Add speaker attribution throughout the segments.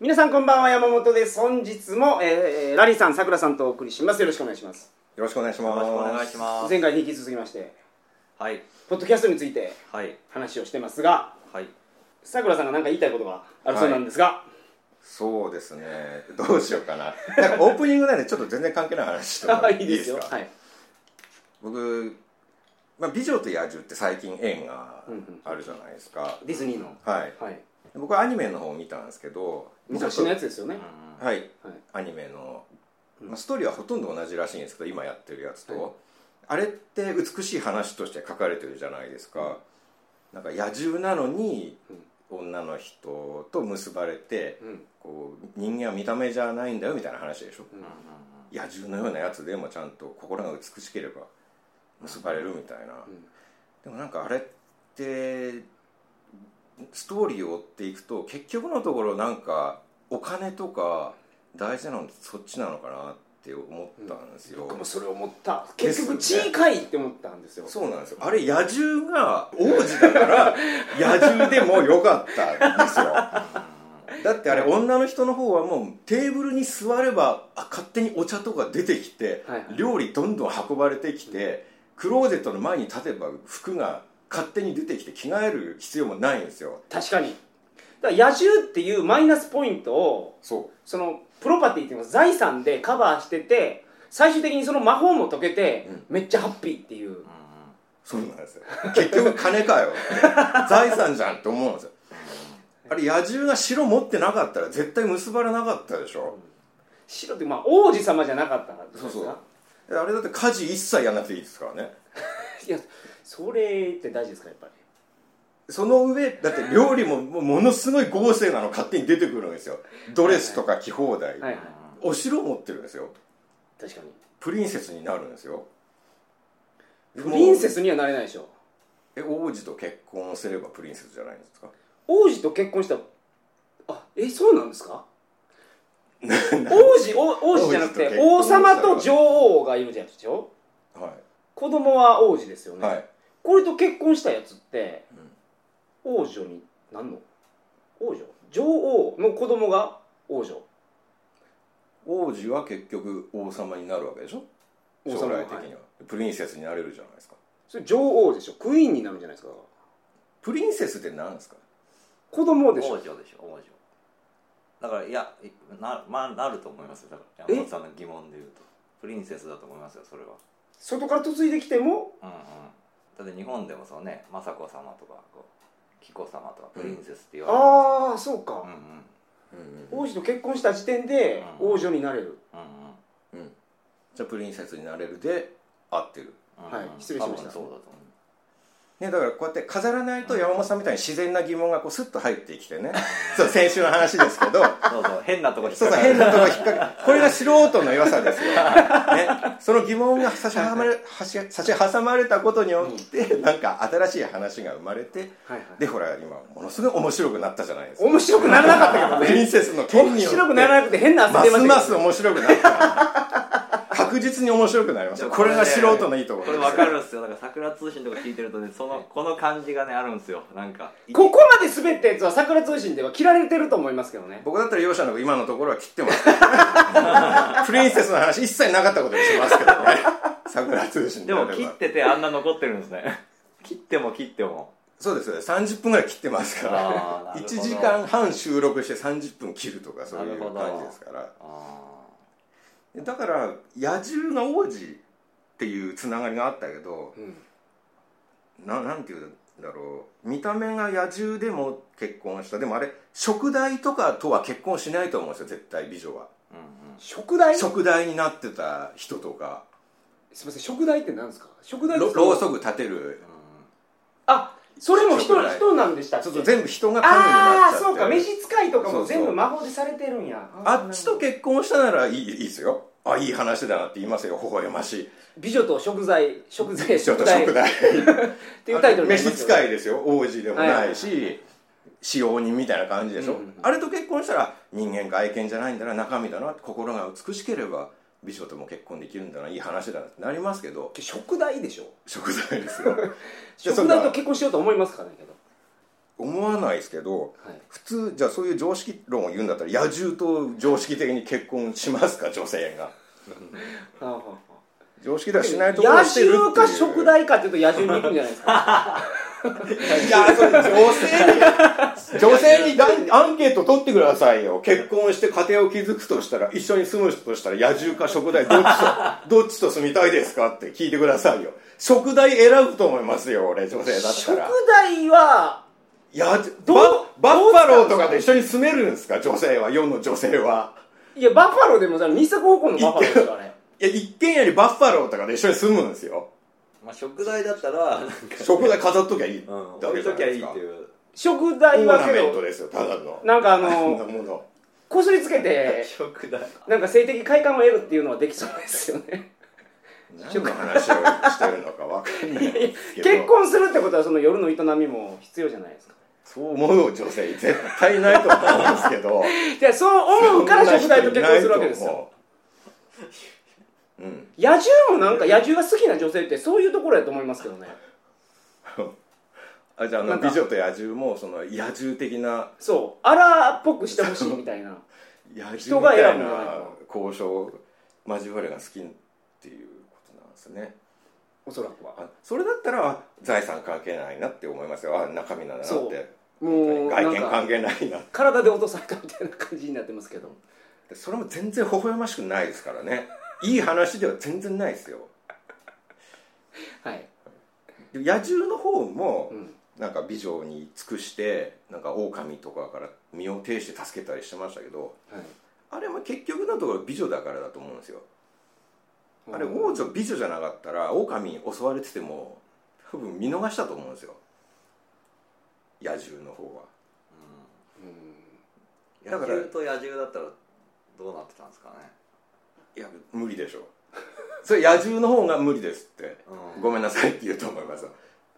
Speaker 1: 皆さんこんばんは山本です本日も、えーえーラリーさんさくらさんとお送りしますよろしくお願いします
Speaker 2: よろしくお願いします。
Speaker 3: よろしくお願いします
Speaker 1: 前回に引き続きまして
Speaker 3: はい
Speaker 1: ポッドキャストについて
Speaker 3: はい
Speaker 1: 話をしてますが
Speaker 3: はい
Speaker 1: さくらさんが何か言いたいことがあるそうなんですが、
Speaker 2: そうですね。どうしようかな。なんかオープニングなんでちょっと全然関係ない話して も
Speaker 1: あ
Speaker 2: いいですか。
Speaker 1: はい、
Speaker 2: 僕、まあ美女と野獣って最近縁が
Speaker 1: うんうん
Speaker 2: あるじゃないですか。
Speaker 1: ディズニーの、
Speaker 2: はい。
Speaker 1: はい、
Speaker 2: 僕はアニメの方を見たんですけど、
Speaker 1: 昔のや
Speaker 2: つ
Speaker 1: つですよね、
Speaker 2: はい、
Speaker 1: はい
Speaker 2: アニメの、
Speaker 1: うん
Speaker 2: まあ、ストーリーはほとんど同じらしいんですけど、今やってるやつと、
Speaker 1: はい
Speaker 2: あれって美しい話として書かれてるじゃないですか。なんか野獣なのに女の人と結ばれて。
Speaker 1: うん
Speaker 2: こう人間は見た目じゃないんだよみたいな話でしょ
Speaker 1: うん
Speaker 2: 野獣のようなやつでもちゃんと心が美しければ結ばれるみたいな、
Speaker 1: ん
Speaker 2: でもなんかあれってストーリーを追っていくと結局のところなんかお金とか大事なのってそっちなのかなって思ったんですよ、
Speaker 1: 僕もそれ思った
Speaker 2: です
Speaker 1: 結
Speaker 2: よね
Speaker 1: 局地位かいって思ったんですよ
Speaker 2: そうなんですよあれ野獣が王子だから 野獣でもよかったんですよだってあれ女の人の方はもうテーブルに座ればあ勝手にお茶とか出てきて、
Speaker 1: はいはい
Speaker 2: 料理どんどん運ばれてきて、クローゼットの前に立てば服が勝手に出てきて着替える必要もないんですよ
Speaker 1: 確かにだから野獣っていうマイナスポイントを
Speaker 2: そ
Speaker 1: そのプロパティっていうのは財産でカバーしてて最終的にその魔法も解けて、
Speaker 2: うん
Speaker 1: めっちゃハッピーっていう
Speaker 2: うそうなんですよ結局金かよって財産じゃんって思うんですよあれ野獣が城持ってなかったら絶対結ばれなかったでしょ
Speaker 1: 白ってまあ王子様じゃなかったから
Speaker 2: そうそうであれだって家事一切やんなくていいですからね
Speaker 1: いやそれって大事ですかやっぱり
Speaker 2: その上だって料理ももうものすごい豪勢なの勝手に出てくるんですよドレスとか着放題、
Speaker 1: はいはい
Speaker 2: お城持ってるんですよ
Speaker 1: 確かに
Speaker 2: プリンセスになるんですよ
Speaker 1: プリンセ
Speaker 2: ス
Speaker 1: スにはなれないでしょ
Speaker 2: え王子と結婚すればプリンセスじゃないんですか
Speaker 1: 王子と結婚したらあえそうなんですか王子お王子じゃなく
Speaker 2: 王子と
Speaker 1: て
Speaker 2: 結
Speaker 1: 王
Speaker 2: 婚したら
Speaker 1: 様と女王がいるじゃないですか
Speaker 2: は
Speaker 1: 子供は王子ですよ
Speaker 2: い、
Speaker 1: ね、
Speaker 2: はい、
Speaker 1: これと結婚したやつって、王女になんの王女女王の子供が王女
Speaker 2: 王子は結局王様になるわけでしょ
Speaker 1: 王様
Speaker 2: 将来的
Speaker 1: は
Speaker 2: に
Speaker 1: い
Speaker 2: は、プリンセスになれるじゃないですか
Speaker 1: それ女王でしょクイーンになるんじゃないですか
Speaker 2: プリンセスって何ですか
Speaker 1: 子供でし
Speaker 3: 王
Speaker 1: ょ
Speaker 3: 女でしょ王女だからいやいな,、まあ、なると思いますよだから
Speaker 1: え
Speaker 3: 山本さんの疑問で言うとプリンセスだと思いますよそれは
Speaker 1: 外から嫁いできても
Speaker 3: うんうんだって日本でもそうね雅子様とかこう紀子様とかプリンセスって言わ
Speaker 1: ああそうか
Speaker 3: れ、る、うん、うん
Speaker 2: うん
Speaker 1: 王子と結婚した時点で
Speaker 3: うん
Speaker 1: 王女になれる、
Speaker 3: うんう
Speaker 2: う
Speaker 3: ん
Speaker 2: ん、うん、じゃあプリンセスになれるで合ってる
Speaker 3: うん
Speaker 1: はい失礼しました
Speaker 3: 多分そうだと思う
Speaker 2: ね、だからこうやって飾らないと山本さんみたいに自然な疑問がこうスッと入って きてねそう先週の話ですけど
Speaker 3: そうそう変なとこ引っ
Speaker 2: そう
Speaker 3: か
Speaker 2: そう
Speaker 3: かる
Speaker 2: 変なとこ引っ掛けこれが素人の良さで すよ、ね、その疑問が差し挟まれ差し差し挟まれたことによってなんか新しい話が生まれて
Speaker 1: はいはい
Speaker 2: でほら今ものすごい面白くなったじゃないですか
Speaker 1: 面白くならなかったけど
Speaker 2: プリン
Speaker 1: ね
Speaker 2: セスの権
Speaker 1: 面
Speaker 2: 利を
Speaker 1: 白くならなくて変な汗
Speaker 2: ま
Speaker 1: 出
Speaker 2: す
Speaker 1: ましたけど
Speaker 2: ます面白くなった確実に面白くなりましたこれが素人のいいとこ
Speaker 3: こ
Speaker 2: ろ
Speaker 3: れ
Speaker 2: で
Speaker 3: わ
Speaker 2: す
Speaker 3: かるんですよだから桜通信とか聞いてるとねそのこの感じがねあるんですよなんか
Speaker 1: ここまで滑ったやつは桜通信では切られてると思いますけどね
Speaker 2: 僕だったら容赦なく今のところは切ってます プリンセスの話一切なかったことにしますけ どね桜通信
Speaker 3: で
Speaker 2: であ
Speaker 3: も
Speaker 2: れば
Speaker 3: 切っててあんな残ってるんですね 切っても切っても
Speaker 2: そうですよね30分ぐらい切ってますから
Speaker 3: あーなるほど
Speaker 2: 1時間半収録して30分切るとかそういう
Speaker 3: なるほど
Speaker 2: 感じですから
Speaker 3: あ
Speaker 2: だから野獣が王子っていうつながりがあったけど
Speaker 1: うん
Speaker 2: ななんていうんだろう見た目が野獣でも結婚したでもあれ食代とかとは結婚しないと思うんですよ絶対美女は
Speaker 3: ーうんうん
Speaker 1: 食代す
Speaker 2: 食代になってた人とか
Speaker 1: いません食代って何ですか食代って
Speaker 2: ろろうそく立てる
Speaker 1: あそれも人
Speaker 2: 食代
Speaker 1: 人なんでしたっけ
Speaker 2: そうそう全部人が神にな
Speaker 1: あ
Speaker 2: っちゃ
Speaker 1: あ
Speaker 2: って
Speaker 1: そうか召使いとか
Speaker 2: そうそ
Speaker 1: も
Speaker 2: う
Speaker 1: 全部魔法でされてるんや
Speaker 2: あっちと結婚したならいいいいですよあいい話だなって言いますよ微笑ましい
Speaker 1: 美女と食材食材
Speaker 2: ちょっ
Speaker 1: 食
Speaker 2: と
Speaker 1: 材
Speaker 2: 食
Speaker 1: っ
Speaker 2: 代
Speaker 1: ていうタイトルになり
Speaker 2: 召
Speaker 1: ますよ
Speaker 2: 使いですよ王子でもないし、
Speaker 1: は
Speaker 2: 使用人みたいな感じでしょ、
Speaker 1: うんうんうん
Speaker 2: あれと結婚したら人間外見じゃないんだな中身だな心が美しければ美女とも結婚できるんだないい話だなってなりますけど
Speaker 1: 食代でしょ
Speaker 2: 食材ですよじゃあそ
Speaker 1: 食
Speaker 2: んな
Speaker 1: 代と結婚しようと思いますかねけど
Speaker 2: 思わないですけど
Speaker 1: はい
Speaker 2: 普通じゃあそういう常識論を言うんだったら野獣と常識的に結婚しますか女性が
Speaker 1: はあはあはあ
Speaker 2: 常識ではしないところを
Speaker 1: 野
Speaker 2: してるっていう
Speaker 1: 獣か食代かっていうと野獣に行くんじゃないです か
Speaker 2: いやそれ女性に女性にだんアンケート取ってくださいよ結婚して家庭を築くとしたら一緒に住むとしたら野獣か食代どっちとどっちと住みたいですかって聞いてくださいよ食代選ぶと思いますよ俺女性だった
Speaker 1: 食
Speaker 2: ら
Speaker 1: 代は
Speaker 2: や
Speaker 1: どう
Speaker 2: ババ
Speaker 1: どうしたんですか
Speaker 2: ッファローとかで一緒に住めるんですか女性は世の女性はい
Speaker 1: やバッファローでもさ二足歩行のバッファローですからね
Speaker 2: いや一軒家にバッファローとかで一緒に住むんですよ
Speaker 3: まあ、食材だったらなんか、
Speaker 2: 食材飾っときゃいい、
Speaker 3: うん、
Speaker 2: だ
Speaker 3: 置
Speaker 2: け
Speaker 3: い
Speaker 2: じゃ
Speaker 3: と
Speaker 2: な
Speaker 3: きゃ
Speaker 2: いです
Speaker 3: いい
Speaker 2: か
Speaker 3: っていう
Speaker 1: 食
Speaker 2: オ
Speaker 1: 代
Speaker 2: ー
Speaker 1: は
Speaker 2: ナ
Speaker 1: け
Speaker 2: メント
Speaker 1: ど
Speaker 2: ですよただの
Speaker 1: なんかあ
Speaker 2: あんな
Speaker 1: の
Speaker 2: もの
Speaker 1: こすりつけて
Speaker 3: 食材
Speaker 1: なんか性的快感を得るっていうのはできそうですよね
Speaker 2: 何の話をしてるのかわかんないですけ ど
Speaker 1: 結婚するってことはその夜の営みも必要じゃないですか
Speaker 2: そう思う女性絶対ないと思うんですけど
Speaker 1: じゃあ そう思うから食代と結婚するわけですよ
Speaker 2: そんな人いないと思ううん
Speaker 1: 野獣もなんか野獣が好きな女性ってそういうところやと思いますけどね
Speaker 2: あじゃああ
Speaker 1: な
Speaker 2: の
Speaker 1: んか
Speaker 2: 美女と野獣もその野獣的な
Speaker 1: そう荒っぽくしてほしいみたいな
Speaker 2: 野
Speaker 1: 人
Speaker 2: 獣み
Speaker 1: が
Speaker 2: た
Speaker 1: 選
Speaker 2: い
Speaker 1: ぶの
Speaker 2: な交渉交わりが好きっていうことなんですね
Speaker 1: おそらくは
Speaker 2: あそれだったらあ財産関係ないなって思いますよあ中身なんだな
Speaker 1: そ
Speaker 2: っ
Speaker 1: う
Speaker 2: て
Speaker 1: もう
Speaker 2: 外
Speaker 1: なん
Speaker 2: 見
Speaker 1: か
Speaker 2: 関係ないなっ
Speaker 1: 体で落とされたみたいな感じになってますけど
Speaker 2: てそれも全然微笑ましくないですからねいい話では全然ないですよ
Speaker 1: はい、
Speaker 2: で野獣の方も
Speaker 1: うん、
Speaker 2: なんか美女に尽くしてなんか狼とかから身を挺して助けたりしてましたけど
Speaker 1: はい
Speaker 2: あれも結局のところ美女だからだと思うんですよあれ王女美女じゃなかったら狼に襲われてても多分見逃したと思うんですよ野獣の方は
Speaker 3: うん
Speaker 2: だ
Speaker 3: 野
Speaker 2: から
Speaker 3: 獣と野獣だったらどうなってたんですかね、
Speaker 2: いや無理でしょ それ野獣の方が無理ですって
Speaker 3: うん、
Speaker 2: ごめんなさいって言うと思います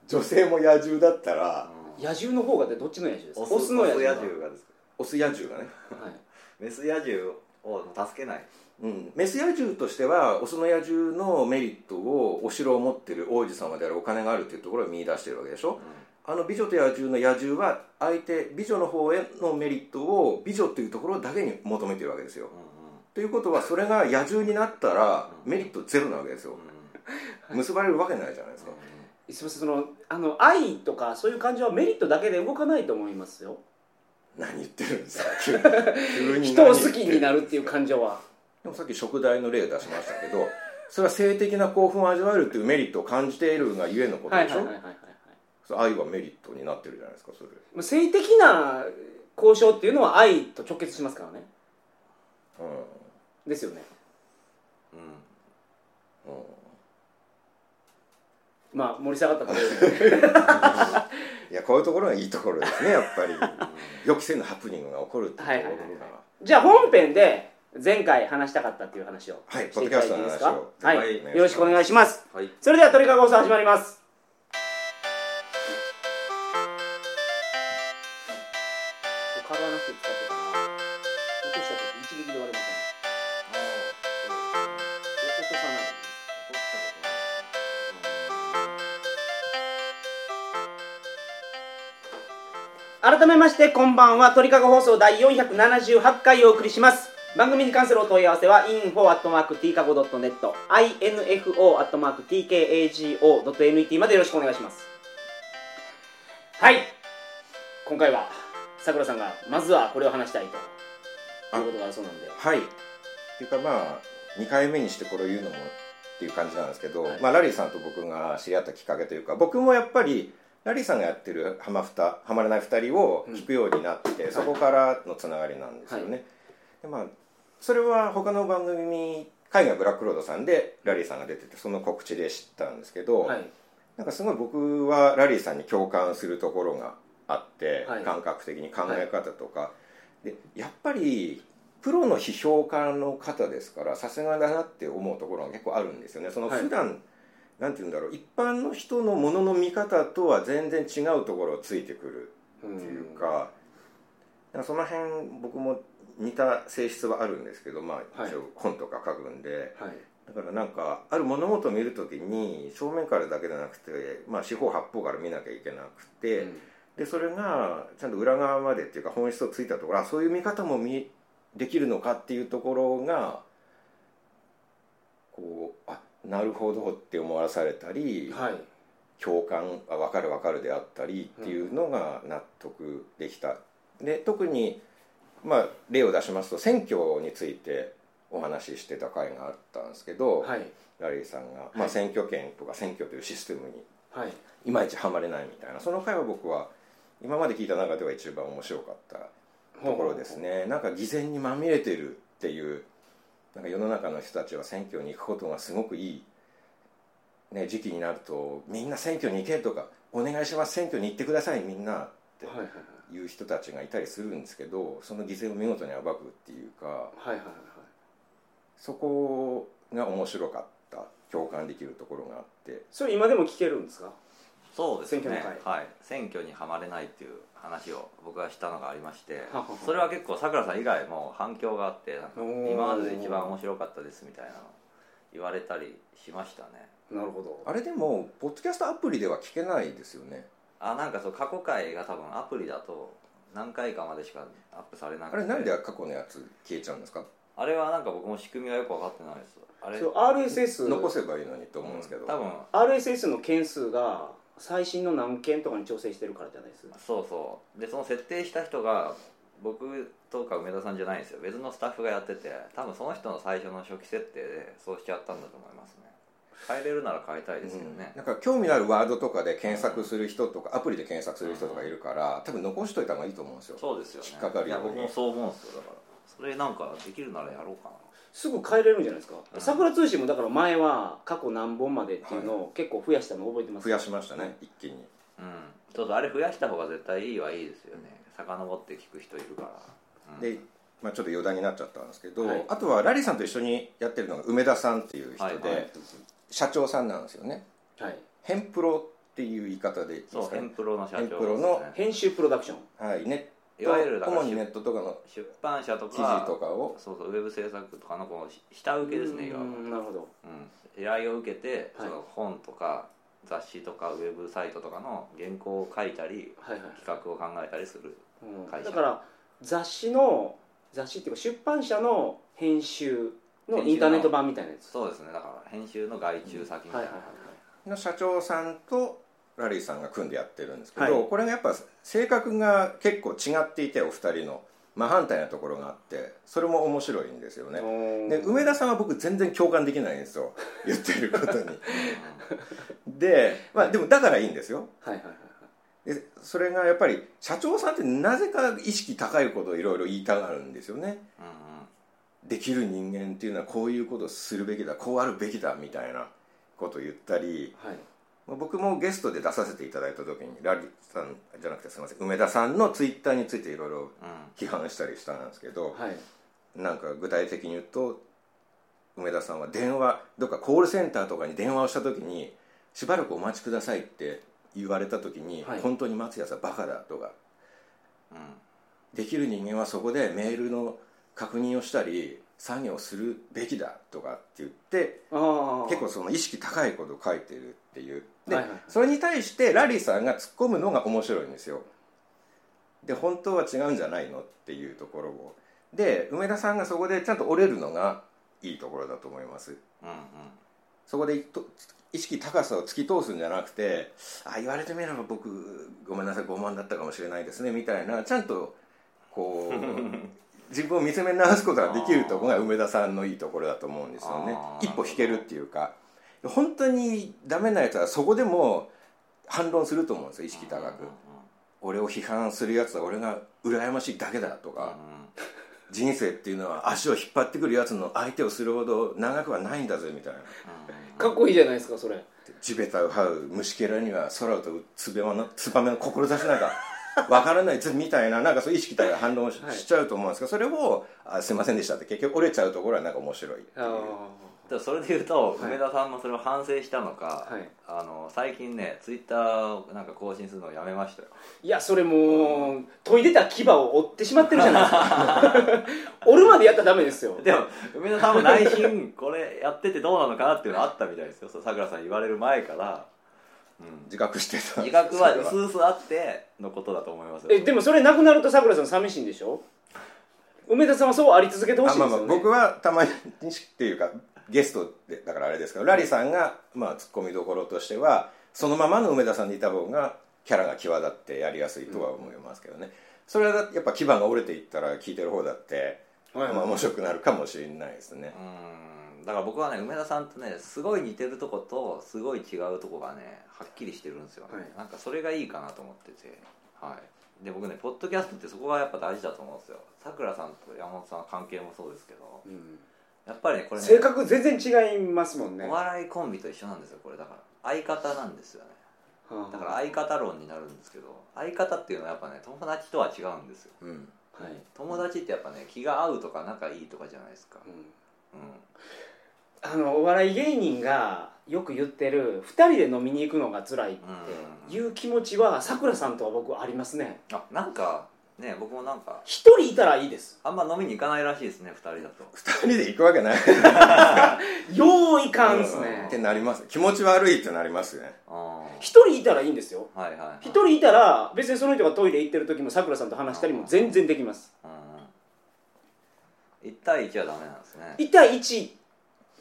Speaker 2: 女性も野獣だったら
Speaker 3: うん
Speaker 1: 野獣の方がってどっちの野獣ですか
Speaker 3: オスオス
Speaker 1: の
Speaker 3: 野
Speaker 1: 野獣
Speaker 3: 獣がですか
Speaker 2: オス野獣がね
Speaker 1: はい
Speaker 3: メス野獣を助けない
Speaker 2: うん、メス野獣としてはオスの野獣のメリットをお城を持ってる王子様であるお金があるっていうところを見出してるわけでしょあの美女と野獣の野獣は相手美女の方へのメリットを美女というところだけに求めてるわけですよということはそれが野獣になったら
Speaker 3: うん
Speaker 2: メリットゼロなわけですよ結ばれるわけないじゃないですか
Speaker 1: すみませんそのあの愛とかそういう感情はメリットだけで動かないと思いますよ
Speaker 2: 何言ってるんです か急に急に
Speaker 1: 人を好き
Speaker 2: 何言って
Speaker 1: になるっていう感情は
Speaker 2: でもさっき食代の例出しましたけどそれは性的な興奮を味わえるっていうメリットを感じているがゆえのこと
Speaker 1: はい
Speaker 2: で
Speaker 1: は
Speaker 2: し
Speaker 1: い
Speaker 2: ょ、
Speaker 1: はいはいはいはい
Speaker 2: それ愛はメリットになってるじゃないですかそれ
Speaker 1: もう性的な交渉っていうのは愛と直結しますからね
Speaker 2: う
Speaker 1: ですよね
Speaker 2: んうん
Speaker 1: まあ盛り下がったところで
Speaker 2: いやこういうところがいいところですねやっ ぱり予期せぬハプニングが起こるっていうところが
Speaker 1: はいはいはいじゃあ本編で前回話したかったっていう話を
Speaker 2: はい
Speaker 1: していただいていいですか
Speaker 2: ポッドキャストの
Speaker 1: は
Speaker 2: 話
Speaker 1: い、
Speaker 2: を
Speaker 1: よろしくお願いします
Speaker 3: はい
Speaker 1: それでは鳥かご放送始まります体の人使ってたな落とした時一撃で割れません落とさない改めましてこんばんは鳥かご放送第478回お送りします番組に関するお問い合わせは info.tkago.net info.tkago.net までよろしくお願いしますはい今回はさくらさんがまずはこれを話したいということがあるそうなんで
Speaker 2: はいっていうかまあ2回目にしてこれを言うのもっていう感じなんですけど、
Speaker 1: はい
Speaker 2: まあ、ラリーさんと僕が知り合ったきっかけというか僕もやっぱりラリーさんがやってる「ハマふたハマれない2人」を聞くようになって、そこからのつながりなんですよね、でまあそれは他の番組海外ブラックロードさんでラリーさんが出ててその告知で知ったんですけど、
Speaker 1: はい
Speaker 2: なんかすごい僕はラリーさんに共感するところがあって、
Speaker 1: はい
Speaker 2: 感覚的に考え方とか、でやっぱりプロの批評家の方ですからさすがだなって思うところが結構あるんですよねその
Speaker 1: はい
Speaker 2: 普段、なんて言うんだろう一般の人のものの見方とは全然違うところをついてくるっていうか,、なんかその辺僕も似た性質はあるんですけど、まあ、
Speaker 1: はい
Speaker 2: 一応本とか書くんで、
Speaker 1: はい
Speaker 2: だからなんかある物事を見るときに正面からだけじゃなくて、まあ、四方八方から見なきゃいけなくて、
Speaker 1: うん
Speaker 2: でそれがちゃんと裏側までっていうか本質をついたところあそういう見方も見できるのかっていうところがこうあなるほどって思わされたり、
Speaker 1: はい
Speaker 2: 共感あ分かる分かるであったりっていうのが納得できた、で特に、まあ、例を出しますと選挙についてお話ししてた回があったんですけど、
Speaker 1: はい
Speaker 2: ラリーさんが、
Speaker 1: は
Speaker 2: ま
Speaker 1: い
Speaker 2: あ、選挙権とか選挙というシステムに
Speaker 1: はい
Speaker 2: いまいちはまれないみたいなその回は僕は今まで聞いた中では一番面白かったところですねなんか偽善にまみれてるっていうなんか世の中の人たちは選挙に行くことがすごくいい、ね、時期になるとみんな選挙に行けとかお願いします選挙に行ってくださいみんなって
Speaker 1: はいはい
Speaker 2: いう人たちがいたりするんですけどその偽善を見事に暴くっていうか
Speaker 1: はいはいはい
Speaker 2: そこが面白かった共感できるところがあって
Speaker 1: それ今でも聞けるんですか
Speaker 3: そうですね
Speaker 1: 選挙の
Speaker 3: はい、選挙にはまれないっていう話を僕はしたのがありまして
Speaker 1: ははは
Speaker 3: それは結構さくらさん以外も反響があってなんか
Speaker 1: おー
Speaker 3: 今までで一番面白かったですみたいなの言われたりしましたね
Speaker 1: なるほど
Speaker 2: あれでもポッドキャストアプリでは聞けないですよね
Speaker 3: あなんかそう過去回が多分アプリだと何回かまでしかアップされなく
Speaker 2: あ
Speaker 3: て
Speaker 2: れなんで過去のやつ消えちゃうんですか
Speaker 3: あれはなんか僕も仕組みがよく分かってないですあれ
Speaker 1: そう RSS
Speaker 2: 残せばいいのにと思うんですけど、
Speaker 3: うん多分
Speaker 1: RSS の件数が最新の何件とかに調整してるからじゃないですか
Speaker 3: そうそうでその設定した人が僕とか梅田さんじゃないんですよ別のスタッフがやってて多分その人の最初の初期設定でそうしちゃったんだと思いますね変えれるなら変えたいですけどね、
Speaker 2: なんか興味のあるワードとかで検索する人とかアプリで検索する人とかいるから多分残しといた方がいいと思うんですよ
Speaker 3: そうですよね
Speaker 2: 引っかかる
Speaker 3: い
Speaker 2: よ
Speaker 3: や
Speaker 2: ね
Speaker 3: 僕もそう思うんですよだからそれなんかできるならやろうか
Speaker 1: すぐ変えれるんじゃないですか、
Speaker 3: うん
Speaker 1: 桜通信もだから前は過去何本までっていうのを結構増やしたの覚えてます
Speaker 2: 増やしましたね一気に
Speaker 3: なうんそうそうあれ増やした方が絶対いいはいいですよね遡って聞く人いるから、うん
Speaker 2: で、まあ、ちょっと余談になっちゃったんですけど、
Speaker 1: はい
Speaker 2: あとはラリーさんと一緒にやってるのが梅田さんっていう人で、
Speaker 3: はいはい
Speaker 2: 社長さんなんですよね
Speaker 1: はい
Speaker 2: ヘンプロっていう言い方でいいですか
Speaker 3: そうヘン
Speaker 2: ね
Speaker 3: プロの社長です
Speaker 2: ヘンプロの
Speaker 3: ね
Speaker 1: 編集プロダクション
Speaker 2: はいネ
Speaker 3: いわゆる
Speaker 2: ッ
Speaker 3: だ
Speaker 2: ト
Speaker 3: か
Speaker 2: 主
Speaker 3: ら
Speaker 2: にネットとかの
Speaker 3: 出版社と
Speaker 2: 記事とかを
Speaker 3: そうそうウェブ制作とかのこの下請けですねいわ
Speaker 1: う
Speaker 3: ば
Speaker 1: んなるほど
Speaker 3: うん、依頼を受けて、
Speaker 1: はい
Speaker 3: その本とか雑誌とかウェブサイトとかの原稿を書いたり
Speaker 1: はいはい、
Speaker 3: 企画を考えたりする
Speaker 1: うん
Speaker 3: 会社
Speaker 1: だから雑誌の雑誌っていうか出版社の編集の
Speaker 3: 編集の
Speaker 1: インターネット版みたいなやつ
Speaker 3: そうですねだから編集の外注先みたいな、
Speaker 2: の社長さんとラリーさんが組んでやってるんですけど、
Speaker 1: はい
Speaker 2: これがやっぱ性格が結構違っていてお二人の真反対なところがあってそれも面白いんですよねで梅田さんは僕全然共感できないんで すよ言ってることにでまあでもだからいいんですよ
Speaker 1: はいはいはい
Speaker 2: でそれがやっぱり社長さんってなぜか意識高いことをいろいろ言いたがるんですよね
Speaker 3: うんうん
Speaker 2: できる人間っていうのはこういうことをするべきだこうあるべきだみたいなことを言ったり
Speaker 1: はい
Speaker 2: まあ僕もゲストで出させていただいた時にラリさんじゃなくてすみません梅田さんのツイッターについていろいろ
Speaker 3: うん
Speaker 2: 批判したりしたんですけど、
Speaker 1: はい
Speaker 2: なんか具体的に言うと梅田さんは電話どっかコールセンターとかに電話をした時にしばらくお待ちくださいって言われた時に、
Speaker 1: はい
Speaker 2: 本当に待つやつはバカだとか
Speaker 3: うん
Speaker 2: できる人間はそこでメールの確認をしたり作業するべきだとかって言って
Speaker 1: ああ
Speaker 2: 結構その意識高いことを書いてるっていうで、
Speaker 1: はいはいはい
Speaker 2: それに対してラリーさんが突っ込むのが面白いんですよで本当は違うんじゃないのっていうところをで梅田さんがそこでちゃんと折れるのがいいところだと思います
Speaker 3: うん
Speaker 2: そこでと意識高さを突き通すんじゃなくてあ言われてみれば僕ごめんなさい傲慢だったかもしれないですねみたいなちゃんとこう 自分を見つめ直すことができるところが梅田さんのいいところだと思うんですよね
Speaker 3: あー
Speaker 2: 一歩引けるっていうか本当にダメなやつはそこでも反論すると思うんですよ意識高く
Speaker 3: うん
Speaker 2: 俺を批判するやつは俺が羨ましいだけだと
Speaker 3: うん
Speaker 2: か
Speaker 3: うん
Speaker 2: 人生っていうのは足を引っ張ってくるやつの相手をするほど長くはないんだぜみたいな
Speaker 1: かっこいいじゃないですかそれ
Speaker 2: 地べたを這う虫けらには空を飛ぶつべまのつばめの志なんか分からないぜみたいななんかそういう意識体が反論し,、
Speaker 1: はい
Speaker 2: ちゃうと思うんですけどそれをあ「すいませんでした」って結局折れちゃうところはなんか面白いってい
Speaker 1: あ
Speaker 2: う
Speaker 3: でもそれで言うと、
Speaker 1: はい
Speaker 3: 梅田さんもそれを反省したの
Speaker 1: あ
Speaker 3: か、
Speaker 1: はい
Speaker 3: あの最近ねツイッターをなんか更新するのをやめましたよ
Speaker 1: いやそれもう研いでた牙を折ってしまってるじゃないですか折るまでやったらダメですよ
Speaker 3: でも梅田さんも 内心これやっててどうなのかなっていうのあったみたいですよそうさくらさん言われる前から
Speaker 2: 自覚してたんで
Speaker 3: 自
Speaker 2: すよ
Speaker 3: 覚は
Speaker 2: それ
Speaker 3: 薄々あってのことだと思いますよ
Speaker 1: えでもそれなくなるとさくらさん寂しいんでしょ梅田さんはそうあり続けてほしい
Speaker 2: あ
Speaker 1: ですよ
Speaker 2: まあ
Speaker 1: ね、
Speaker 2: まあ僕はたまにしっていうかゲストでだからあれですけどラリさんがまあツッコミどころとしてはそのままの梅田さんでいた方がキャラが際立ってやりやすいとは思いますけどね、それはやっぱ牙が折れていったら聞いてる方だって、
Speaker 1: はいはい
Speaker 2: まあ、面白くなるかもしれないですね、
Speaker 3: うんだから僕はね梅田さんとねすごい似てるとことすごい違うとこがねはっきりしてるんですよね、
Speaker 1: はい
Speaker 3: なんかそれがいいかなと思っててはいで僕ねポッドキャストってそこがやっぱ大事だと思うんですよさくらさんと山本さんの関係もそうですけど
Speaker 1: うん
Speaker 3: やっぱりねこれね
Speaker 1: 性格全然違いますもんね
Speaker 3: お笑いコンビと一緒なんですよこれだから相方なんですよねだから
Speaker 1: はい
Speaker 3: 相方論になるんですけど相方っていうのはやっぱね友達とは違うんですよ
Speaker 2: うん
Speaker 3: 友達ってやっぱね気が合うとか仲いいとかじゃないですか
Speaker 1: うん
Speaker 3: う
Speaker 1: あのお笑い芸人がよく言ってる2人で飲みに行くのが辛いっていう気持ちはさくらさんとは僕ありますね
Speaker 3: んあなんかね僕もなんか
Speaker 1: 一人いたらいいです
Speaker 3: あんま飲みに行かないらしいですね2人だと
Speaker 2: 2人で行くわけない
Speaker 1: よういかんっす
Speaker 2: うんっ
Speaker 1: ね
Speaker 2: てなります気持ち悪いってなりますよね
Speaker 3: あ
Speaker 1: 一人いたらいいんですよ
Speaker 3: あはいはいはい
Speaker 1: 一人いたら別にその人がトイレ行ってる時もさくらさんと話したりも全然できます
Speaker 3: うん1対1はダメなんですね
Speaker 1: 1対1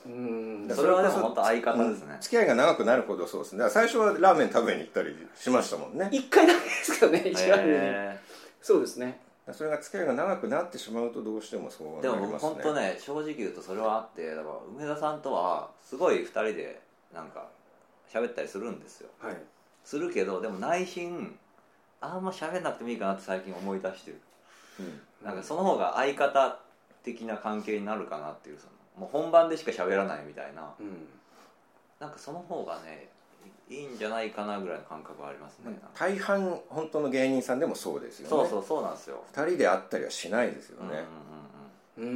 Speaker 1: うーん
Speaker 2: だ
Speaker 3: そ
Speaker 2: か
Speaker 3: れはでも本当相方です
Speaker 2: う
Speaker 3: ね
Speaker 2: ん付き合いが長くなるほどそうですねだから最初はラーメン食べに行ったりしましたもんね
Speaker 1: 1回だけですけどね一番に
Speaker 3: へ
Speaker 1: そうですね
Speaker 2: それが付き合いが長くなってしまうとどうしてもそう
Speaker 3: え
Speaker 2: なり
Speaker 3: で
Speaker 2: ますね
Speaker 3: も僕本当ね正直言うとそれはあってだから梅田さんとはすごい2人でなんか喋ったりするんですよ
Speaker 1: はい
Speaker 3: するけどでも内心あんま喋んなくてもいいかなって最近思い出してる
Speaker 2: うん
Speaker 3: なんかその方が相方的な関係になるかなっていうそのもう本番でしか喋らないみたいな
Speaker 1: うん
Speaker 3: なんかその方がねいいいんじゃないかなぐらいの感覚はありますね、なんか
Speaker 2: 大半本当の芸人さんでもそうですよね
Speaker 3: そうそうそうなんですよ、
Speaker 2: 2人で会ったりはしないですよ
Speaker 3: うんうん
Speaker 2: ね、
Speaker 3: うん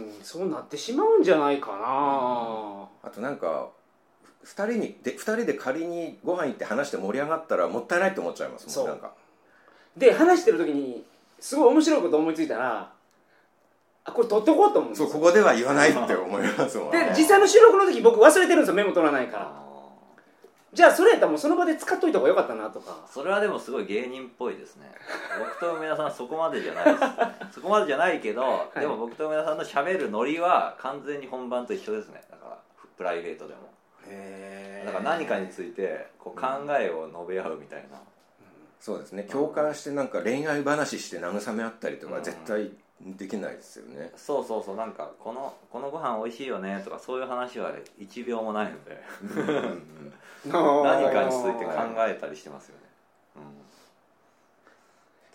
Speaker 1: う
Speaker 3: ん
Speaker 1: ーんそうなってしまうんじゃないかな
Speaker 2: あとなんか2人にで二人で仮にご飯行って話して盛り上がったらもったいないって思っちゃいます
Speaker 1: そ
Speaker 2: も
Speaker 1: うん
Speaker 2: なんか
Speaker 1: で話してる時にすごい面白いこと思いついたらあこれ取っておこうと思うんです
Speaker 2: そう
Speaker 1: よ
Speaker 2: ここでは言わないって思いますもん
Speaker 1: で
Speaker 2: ね
Speaker 1: 実際の収録の時僕忘れてるんですよメモ取らないか
Speaker 3: あ
Speaker 1: ら
Speaker 3: の
Speaker 1: じゃあそれやったらもうその場で使っといた方がよかったなとか
Speaker 3: ーそれはでもすごい芸人っぽいです ね僕と梅田さんはそこまでじゃないですそこまでじゃないけど、
Speaker 1: い
Speaker 3: でも僕と梅田さんの喋るノリは完全に本番と一緒ですねだからプライベートでも
Speaker 1: へ
Speaker 3: だから何かについてこう考えを述べ合うみたいな、
Speaker 2: そうですね共感してなんか恋愛話して慰め合ったりと
Speaker 3: う
Speaker 2: か
Speaker 3: ん
Speaker 2: 絶対できないですよね
Speaker 3: そうそうそうなんかこの「このご飯美味しいよね」とかそういう話は1秒もないので何
Speaker 1: 何
Speaker 3: かについて考えたりしてますよね、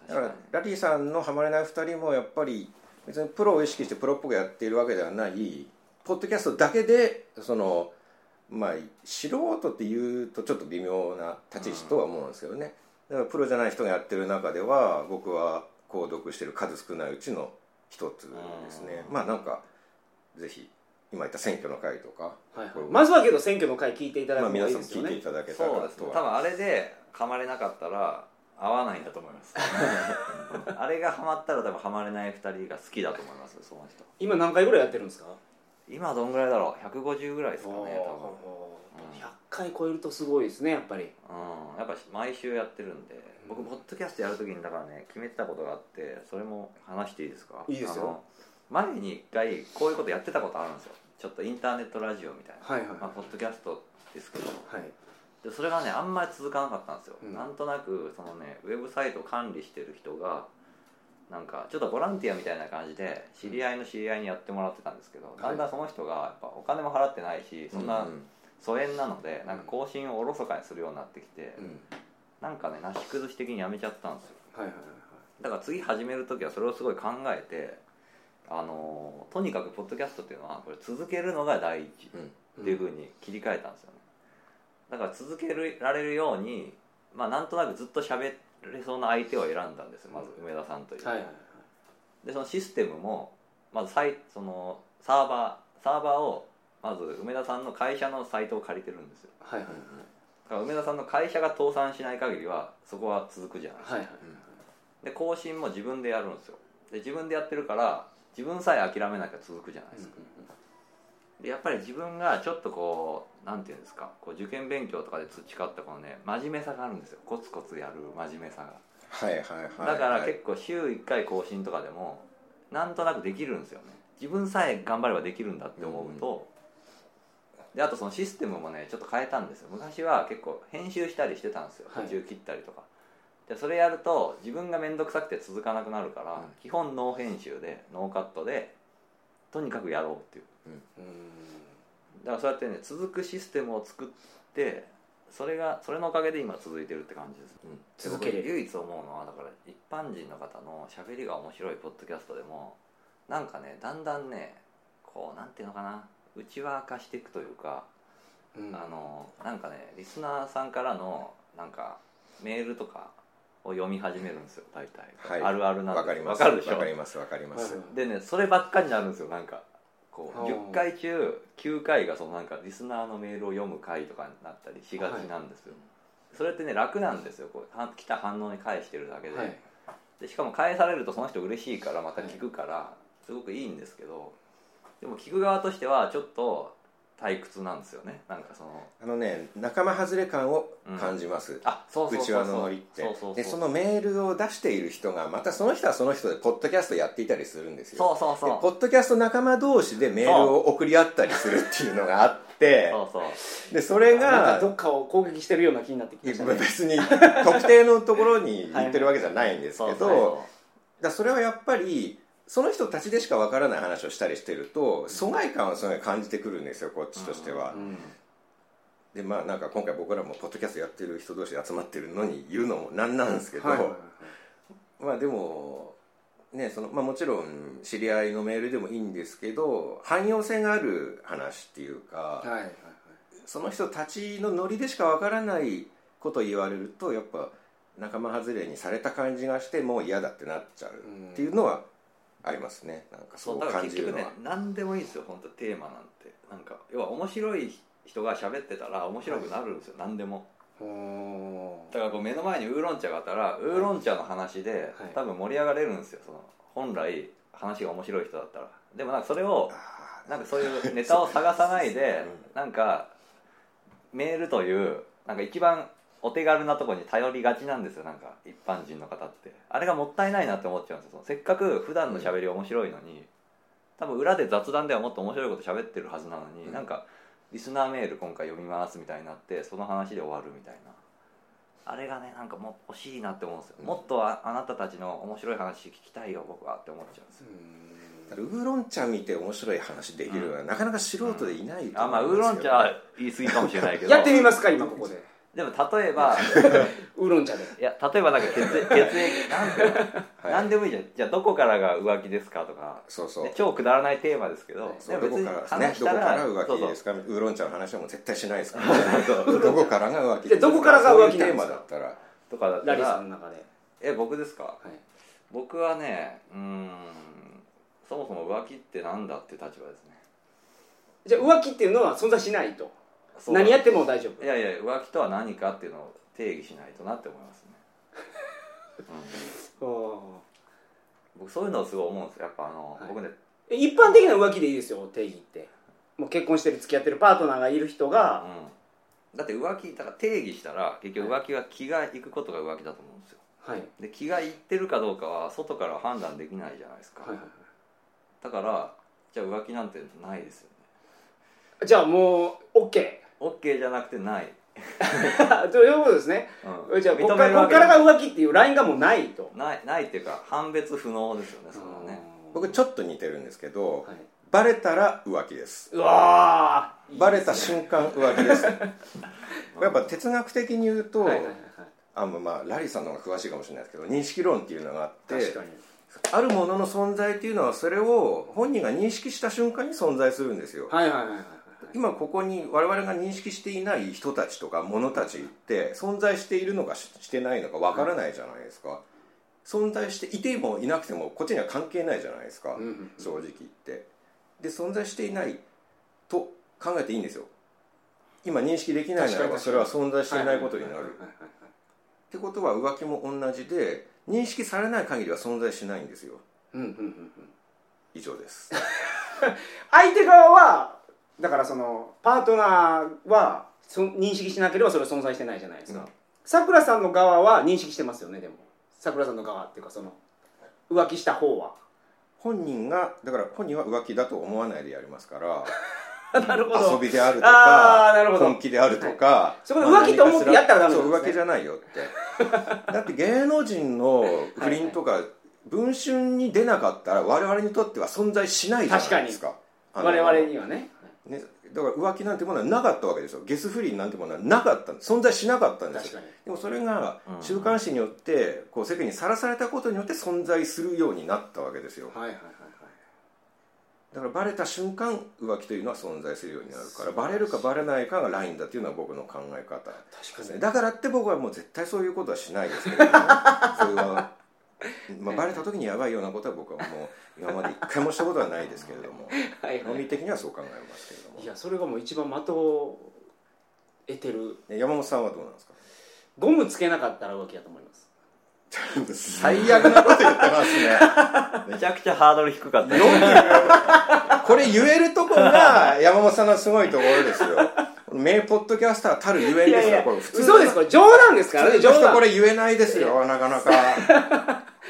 Speaker 3: うん、
Speaker 2: だか
Speaker 3: 確から
Speaker 2: ラリーさんのハマれない2人もやっぱり別にプロを意識してプロっぽくやっているわけではないポッドキャストだけでそのまあ素人っていうとちょっと微妙な立ち位置とは思うんですけどね、だからプロじゃない人がやってる中では僕は購読してる数少ないうちの一つですね、
Speaker 3: うん
Speaker 2: まあなんかぜひ今言った選挙の会とか、
Speaker 1: はいはい
Speaker 2: これ
Speaker 1: まずはけど選挙の回聞いていただ
Speaker 2: まあ、
Speaker 1: くの
Speaker 2: 皆
Speaker 1: がいい
Speaker 2: さ
Speaker 1: ですよ
Speaker 2: んも聞いてい
Speaker 1: ね
Speaker 2: ただけ
Speaker 3: に
Speaker 2: たら
Speaker 3: そうです
Speaker 2: と
Speaker 3: ね多
Speaker 2: は
Speaker 3: 分あれで噛まれなかったら合わないんだと思いますあれがハマったら多分ハマれない2人が好きだと思いますその人
Speaker 1: 今何回ぐらいやってるんですか
Speaker 3: 今どんぐらいだろう150ぐらいですかね
Speaker 1: おー
Speaker 3: 多うん
Speaker 1: 100回超えるとすごいですねやっぱり
Speaker 3: 分うんやっぱ毎週やってるんで僕ポッドキャストやるときにだからね決めてたことがあってそれも話していいですか
Speaker 1: いいですよ
Speaker 3: あの前に一回こういうことやってたことあるんですよちょっとインターネットラジオみたいな
Speaker 1: はいはい
Speaker 3: まあ、ポッドキャストですけど
Speaker 1: はい
Speaker 3: でそれがねあんまり続かなかったんですよ、
Speaker 1: うん
Speaker 3: なんとなくそのねウェブサイトを管理してる人がなんかちょっとボランティアみたいな感じで知り合いの知り合いにやってもらってたんですけど、
Speaker 2: い
Speaker 3: だんだんその人がやっぱお金も払ってないしそんな疎遠なので、なんか更新をおろそかにするようになってきて、
Speaker 2: うん
Speaker 3: なんかねなし崩し的にやめちゃったんですよ
Speaker 1: はいはいはい
Speaker 3: だから次始める時はそれをすごい考えてあのーとにかくポッドキャストっていうのはこれ続けるのが第一、
Speaker 2: うん
Speaker 3: っていう風に切り替えたんですよねだから続けられるようにまあなんとなくずっと喋れそうな相手を選んだんですよまず梅田さんという、
Speaker 1: はいはいはい
Speaker 3: でそのシステムもまずサイそのサーバーサーバーをまず梅田さんの会社のサイトを借りてるんですよ
Speaker 1: はいはい
Speaker 3: だから梅田さんの会社が倒産しない限りはそこは続くじゃないですか、
Speaker 1: はいはい
Speaker 3: で更新も自分でやるんですよで自分でやってるから自分さえ諦めなきゃ続くじゃないですか、でやっぱり自分がちょっとこうなんていうんですかこう受験勉強とかで培ったこのね真面目さがあるんですよコツコツやる真面目さ
Speaker 2: はいはいはい
Speaker 3: がだから結構週1回更新とかでもなんとなくできるんですよね自分さえ頑張ればできるんだって思うと、であとそのシステムもねちょっと変えたんですよ昔は結構編集したりしてたんですよ
Speaker 1: はい
Speaker 3: 途中切ったりとか、でそれやると自分が面倒くさくて続かなくなるから、
Speaker 2: うん
Speaker 3: 基本ノー編集でノーカットでとにかくやろうっていうだからそうやってね続くシステムを作ってそれがそれのおかげで今続いてるって感じです、
Speaker 2: うん
Speaker 1: 続けれる
Speaker 3: で僕唯一思うのはだから一般人の方の喋りが面白いポッドキャストでもなんかねだんだんねこうなんていうのかな内輪化していくというか、
Speaker 1: うん
Speaker 3: あのなんかねリスナーさんからのなんかメールとかを読み始めるんですよ大体、
Speaker 2: はい
Speaker 3: あるあるなん
Speaker 2: わ
Speaker 3: で
Speaker 2: かります
Speaker 3: わかるでしょ
Speaker 2: わかりますわかります
Speaker 1: うん
Speaker 3: でねそればっかりになるんですよなんかこう
Speaker 1: あー
Speaker 3: 10回中9回がそのなんかリスナーのメールを読む回とかになったりしがちなんですよ、それってね楽なんですよこうは来た反応に返してるだけで,、
Speaker 1: はい
Speaker 3: でしかも返されるとその人嬉しいからまた聞くから、すごくいいんですけどでも聞く側としてはちょっと退屈なんですよねなんかその
Speaker 2: あのね仲間外れ感を感じます、
Speaker 3: あそうそううそう
Speaker 2: ち
Speaker 3: そう
Speaker 2: わのノリって
Speaker 3: そうそうそう
Speaker 2: でそのメールを出している人がまたその人はその人でポッドキャストやっていたりするんですよ
Speaker 3: そうそうそう
Speaker 2: でポッドキャスト仲間同士でメールを送り合ったりするっていうのがあって
Speaker 3: そうそう
Speaker 2: でそれ
Speaker 1: なんか
Speaker 2: が
Speaker 1: どっかを攻撃してるような気になってきましたね
Speaker 2: 別に特定のところに言ってるわけじゃないんです
Speaker 3: そ
Speaker 2: け
Speaker 3: う
Speaker 2: ど、だからそれはやっぱりその人たちでしかわからない話をしたりしてると疎外感をすごい感じてくるんですよこっちとしては、
Speaker 1: うん
Speaker 2: でまあなんか今回僕らもポッドキャストやってる人同士で集まってるのに言うのもなんなんですけど、
Speaker 1: はいはい
Speaker 2: まあでもねそのまあ、もちろん知り合いのメールでもいいんですけど汎用性がある話っていうか、
Speaker 1: はいはいはい
Speaker 2: その人たちのノリでしかわからないことを言われるとやっぱ仲間外れにされた感じがしてもう嫌だってなっちゃうっていうのはありますねなんか
Speaker 3: そ
Speaker 2: そうう
Speaker 3: だから
Speaker 2: 感
Speaker 3: 結
Speaker 2: じる
Speaker 3: 局
Speaker 2: のは
Speaker 3: ね。何でもいいんですよ本当テーマなんてなんか要は面白い人が喋ってたら面白くなるんですよ、何でも
Speaker 1: ほ
Speaker 3: だからこう目の前にウーロン茶があったらウーロン茶の話で、
Speaker 1: はい
Speaker 3: 多分盛り上がれるんですよその本来話が面白い人だったらでもなんかそれを
Speaker 2: あ
Speaker 3: なんかそういうネタを探さないで、なんかメールというなんか一番お手軽なところに頼りがちなんですよなんか一般人の方ってあれがもったいないなって思っちゃうんですよせっかく普段の喋り面白いのに、多分裏で雑談ではもっと面白いこと喋ってるはずなのに、
Speaker 2: うん
Speaker 3: なんかリスナーメール今回読みますみたいになってその話で終わるみたいなあれがねなんかもう惜しいなって思うんですよ、もっとああなたたちの面白い話聞きたいよ僕はって思っちゃうんですよ
Speaker 1: ううん
Speaker 2: だからウーロン茶見て面白い話できるのは、なかなか素人でいないと
Speaker 3: あまあウ
Speaker 2: 思
Speaker 3: ー
Speaker 2: うんですけ
Speaker 3: ロン茶
Speaker 2: ど
Speaker 3: は言い過ぎかもしれないけ ど
Speaker 1: やってみますか今ここで
Speaker 3: でも例え ば
Speaker 1: ウーロン茶で
Speaker 3: いや例えばなんか血液血液なんで、
Speaker 2: はい
Speaker 3: なんでもいいじゃんじゃあどこからが浮気ですかとか
Speaker 2: そうそう
Speaker 3: で超くだらないテーマですけど、
Speaker 1: はい
Speaker 2: そう
Speaker 3: で
Speaker 2: ど
Speaker 3: も
Speaker 2: こ
Speaker 3: 別に
Speaker 2: からね
Speaker 3: 話し
Speaker 2: どこ
Speaker 3: た
Speaker 2: から
Speaker 3: ら
Speaker 2: 浮気
Speaker 3: そう
Speaker 2: です
Speaker 3: そう
Speaker 2: かウーロン茶の話はもう絶対しないですから、どこからが浮気
Speaker 1: でどこからが浮気なんです
Speaker 2: そういう
Speaker 1: か
Speaker 2: テーマだったら
Speaker 3: とかだった
Speaker 1: ラリーさ
Speaker 3: ら
Speaker 1: んの中で
Speaker 3: え僕ですか
Speaker 1: はい
Speaker 3: 僕はねうーんそもそも浮気ってなんだっていう立場ですね
Speaker 1: じゃあ浮気っていうのは存在しないと
Speaker 3: そう
Speaker 1: 何やっても大丈夫
Speaker 3: いやいや浮気とは何かっていうのを定義しないとなって思いますね、うん
Speaker 1: あ
Speaker 3: 僕そういうのをすごい思うんですよやっぱあの、
Speaker 1: はい
Speaker 3: 僕ね
Speaker 1: ーえ一般的な浮気でいいですよ定義ってもう結婚してる付き合ってるパートナーがいる人が
Speaker 3: うん、だって浮気だから定義したら結局浮気は気がいくことが浮気だと思うんですよ
Speaker 1: はい
Speaker 3: で気がいってるかどうかは外からは判断できないじゃないですか、
Speaker 1: はいはいは
Speaker 3: だからじゃあ浮気なんてないですよね
Speaker 1: いじゃあもう OK
Speaker 3: OK じゃなくてない、
Speaker 1: ということですね
Speaker 3: うん、
Speaker 1: じゃあこっか
Speaker 3: 認
Speaker 1: ら
Speaker 3: める
Speaker 1: こっ
Speaker 3: わけ
Speaker 1: からが浮気っていうラインがもうないと
Speaker 3: ないないっていうか判別不能ですよねそれはね
Speaker 2: 僕ちょっと似てるんですけど、
Speaker 1: はい
Speaker 2: バレたら浮気です
Speaker 1: うわー
Speaker 2: バレた瞬間浮気ですやっぱ哲学的に言うと、
Speaker 1: はいはいはい
Speaker 2: あのまあ、ラリーさんの方が詳しいかもしれないですけど認識論っていうのがあって
Speaker 1: 確かに
Speaker 2: あるものの存在っていうのはそれを本人が認識した瞬間に存在するんですよ、
Speaker 1: はいはいはいはいはい
Speaker 2: 今ここに我々が認識していない人たちとか物たちって存在しているのかししてないのかわからないじゃないですか、存在していてもいなくてもこっちには関係ないじゃないですか、
Speaker 1: うんうん
Speaker 2: 正直言ってで存在していないと考えていいんですよ今認識できないならばそ
Speaker 1: 確
Speaker 2: れ
Speaker 1: かに
Speaker 2: は存在していないことにな
Speaker 1: はい
Speaker 2: る
Speaker 1: はいはいはい
Speaker 2: ってことは浮気も同じで認識されない限りは存在しないんですよ
Speaker 1: うんうんうんうん
Speaker 2: 以上です
Speaker 1: 相手側はだからそのパートナーはそ認識しなければそれは存在してないじゃないですか
Speaker 2: うん
Speaker 1: さくらさんの側は認識してますよねでもさくらさんの側っていうかその浮気した方 は
Speaker 2: 本人がだから本人は浮気だと思わないでやりますから
Speaker 1: なるほ
Speaker 2: 遊
Speaker 1: ど
Speaker 2: びであると
Speaker 1: あーなる
Speaker 2: か
Speaker 1: ほど
Speaker 2: 本気であるとか、
Speaker 1: そこで浮気と思ってやったらダメなんですね
Speaker 2: そう浮気じゃないよっ てだって芸能人の不倫とか文春に出なかったら我々にとっては存在しないじゃないですかあの
Speaker 1: 我々にはね
Speaker 2: ね、だから浮気なんてものはなかったわけですよゲス不倫なんてものはなかったんです存在しなかったんです
Speaker 1: 確
Speaker 2: よ
Speaker 1: かに
Speaker 2: でもそれが
Speaker 3: うん
Speaker 2: 週刊誌によってこう世間にさらされたことによって存在するようになったわけですよ
Speaker 1: はいはいはいはい
Speaker 2: だからバレた瞬間浮気というのは存在するようになるからバレるかバレないかがラインだというのは僕の考え方
Speaker 1: 確かに
Speaker 2: だからって僕はもう絶対そういうことはしないですけ ど、ね、それは、まあ、バレた時にやばいようなことは僕はもう今まで一回もしたことはないですけれども
Speaker 1: はいは
Speaker 2: 論
Speaker 1: い
Speaker 2: 理的にはそう考えますけれども
Speaker 1: いやそれがもう一番的を得てる
Speaker 2: ね山本さんはどうなんですか
Speaker 1: ゴムつけなかったら浮気だと思います
Speaker 2: 最悪なこと言ってます
Speaker 3: めちゃくちゃハードル低かった
Speaker 2: ね40これ言えるとこが山本さんのすごいところですよ名ポッドキャスターたるゆえんですよこれ普通の
Speaker 1: 嘘ですこれ冗談ですから
Speaker 2: 普
Speaker 1: ね
Speaker 2: 通の
Speaker 1: 冗
Speaker 2: 人こ
Speaker 1: 談
Speaker 2: れ言えないですよなかな か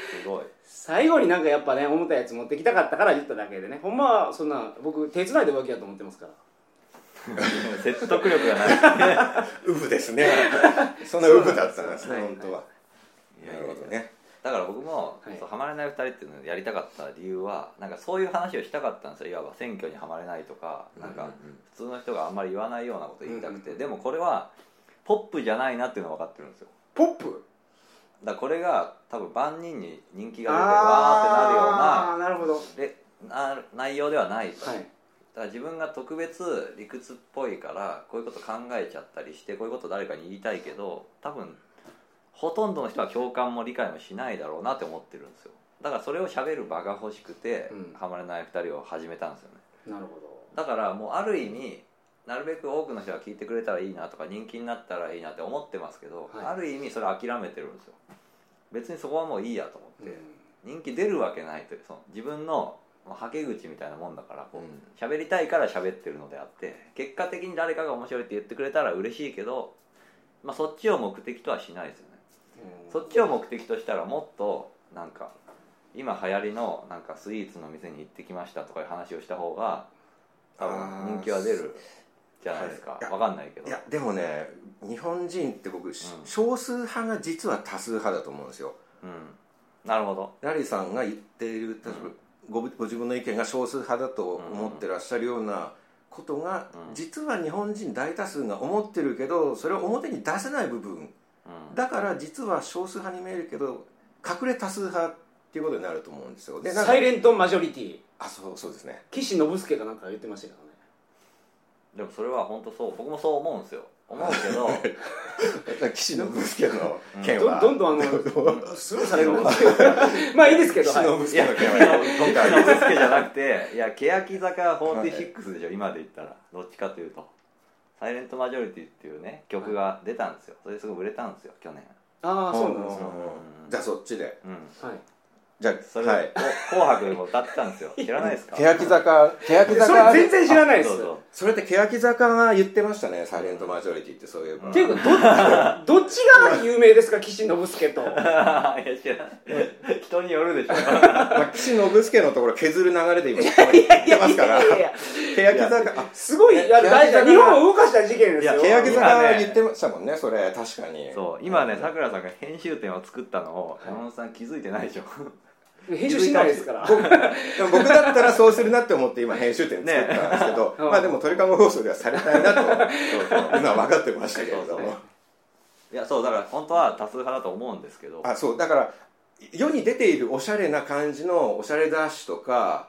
Speaker 3: すごい
Speaker 1: 最後になんかやっぱね思ったやつ持ってきたかったから言っただけでねほんまはそんな僕手繋いで浮気だと思ってますから
Speaker 3: 説得力 がない
Speaker 2: ウブですねそんなウブだったんです
Speaker 1: そ
Speaker 2: ね
Speaker 1: うなん
Speaker 2: 本
Speaker 1: です
Speaker 2: 当はなるほどね
Speaker 3: だから僕も、
Speaker 1: はい
Speaker 3: そうハマれない2人っていうのをやりたかった理由はなんかそういう話をしたかったんですよいわば選挙にはまれないとかなん
Speaker 2: うん
Speaker 3: か
Speaker 2: うんうん
Speaker 3: 普通の人があんまり言わないようなこと言いたくて、
Speaker 1: うんうんうん
Speaker 3: でもこれはポップじゃないなっていうのは分かってるんですよ
Speaker 1: ポップ
Speaker 3: だからこれが多分万人に人気が出て
Speaker 1: あ
Speaker 3: わーってな
Speaker 1: あな
Speaker 3: るよ
Speaker 1: るほどは
Speaker 3: うなでな内容ではないと、
Speaker 1: い
Speaker 3: だから自分が特別理屈っぽいからこういうこと考えちゃったりしてこういうこと誰かに言いたいけど多分ほとんどの人は共感も理解もしないだろうなって思ってるんですよだからそれを喋る場が欲しくて、
Speaker 1: うん
Speaker 3: ハマれない2人を始めたんですよね
Speaker 1: なるほど
Speaker 3: だからもうある意味なるべく多くの人が聞いてくれたらいいなとか人気になったらいいなって思ってますけど、
Speaker 1: はい
Speaker 3: ある意味それ諦めてるんですよ別にそこはもういいやと思って、
Speaker 1: う
Speaker 3: 人気出るわけないというその自分のまあはけ口みたいなもんだからこう
Speaker 2: うん
Speaker 3: 喋、りたいから喋ってるのであって結果的に誰かが面白いって言ってくれたら嬉しいけど、まあ、そっちを目的とはしないですよね、
Speaker 1: ん
Speaker 3: そっちを目的としたらもっとなんか今流行りのなんかスイーツの店に行ってきましたとかいう話をした方が多
Speaker 2: あ
Speaker 3: 分
Speaker 2: ー
Speaker 3: 人気は出るじゃないですか
Speaker 2: はいいや
Speaker 3: わかんないけど
Speaker 2: いやでもね日本人って僕、
Speaker 3: ん
Speaker 2: 少数派が実は多数派だと思うんですよ
Speaker 3: うんなるほど
Speaker 2: ラリーさんが言っている確かごご自分の意見が少数派だと思ってらっしゃるようなことが、
Speaker 3: うん
Speaker 2: 実は日本人大多数が思ってるけどそれを表に出せない部分
Speaker 3: うん
Speaker 2: だから実は少数派に見えるけど隠れ多数派っていうことになると思うんですよでなんか
Speaker 1: サイレントマジョリティ
Speaker 2: あそうそうですね
Speaker 1: 岸信介かなんかが言ってましたけどね
Speaker 3: でもそれは本当そう僕もそう思うんですよ思うけ ど
Speaker 2: 岸信介の件
Speaker 1: ど
Speaker 2: は、
Speaker 1: んどんどんあ のスルーされるなんていうまあいいですけど、
Speaker 2: 岸
Speaker 1: はい、
Speaker 2: 信
Speaker 3: い
Speaker 2: 介
Speaker 3: や、
Speaker 2: の
Speaker 3: 僕
Speaker 2: 件は今回
Speaker 3: のブスケじゃなくて、いや、欅坂46でしょ、今で言ったら。どっちかというと。サイレントマジョリティっていうね、曲が出たんですよ。それですごい売れたんですよ、去年。
Speaker 1: ああそうなんですよ、
Speaker 2: うんじゃあそっちで
Speaker 3: うん。
Speaker 1: はい
Speaker 2: じゃあ
Speaker 3: それ、
Speaker 2: はい
Speaker 3: こ紅白でも歌ってたんですよ。知らないですか
Speaker 2: 欅坂欅
Speaker 1: そ
Speaker 2: 坂
Speaker 1: れ全然知らないです
Speaker 3: そうそう
Speaker 2: それって欅坂が言ってましたねサイレントマジョリティってそういえば
Speaker 1: っていうかどどっちが有名ですか岸信介と
Speaker 3: いや、知らない。人による でしょ。
Speaker 2: まあ、岸信介のところ削る流れで今言ってますから
Speaker 1: いやいや
Speaker 2: 欅坂あ
Speaker 1: すごいあの大事な日本を動かした事件ですよ
Speaker 3: いや
Speaker 2: 欅坂は言ってましたもんねそれ確かに
Speaker 3: そう、今ね、さくらさんが編集点を作ったのを、山本さん気づいてないでしょ。
Speaker 1: 編集しないですから
Speaker 2: 僕でも僕だったらそうするなって思って今編集点作ったんですけ ど、
Speaker 1: ね
Speaker 2: まあでも鳥かご放送ではされないなと今分かってましたけれど
Speaker 3: そう
Speaker 2: も
Speaker 3: そ いや、そう、だから本当は多数派だと思うんですけど。
Speaker 2: あそうだから世に出ているおしゃれな感じのおしゃれ雑誌とか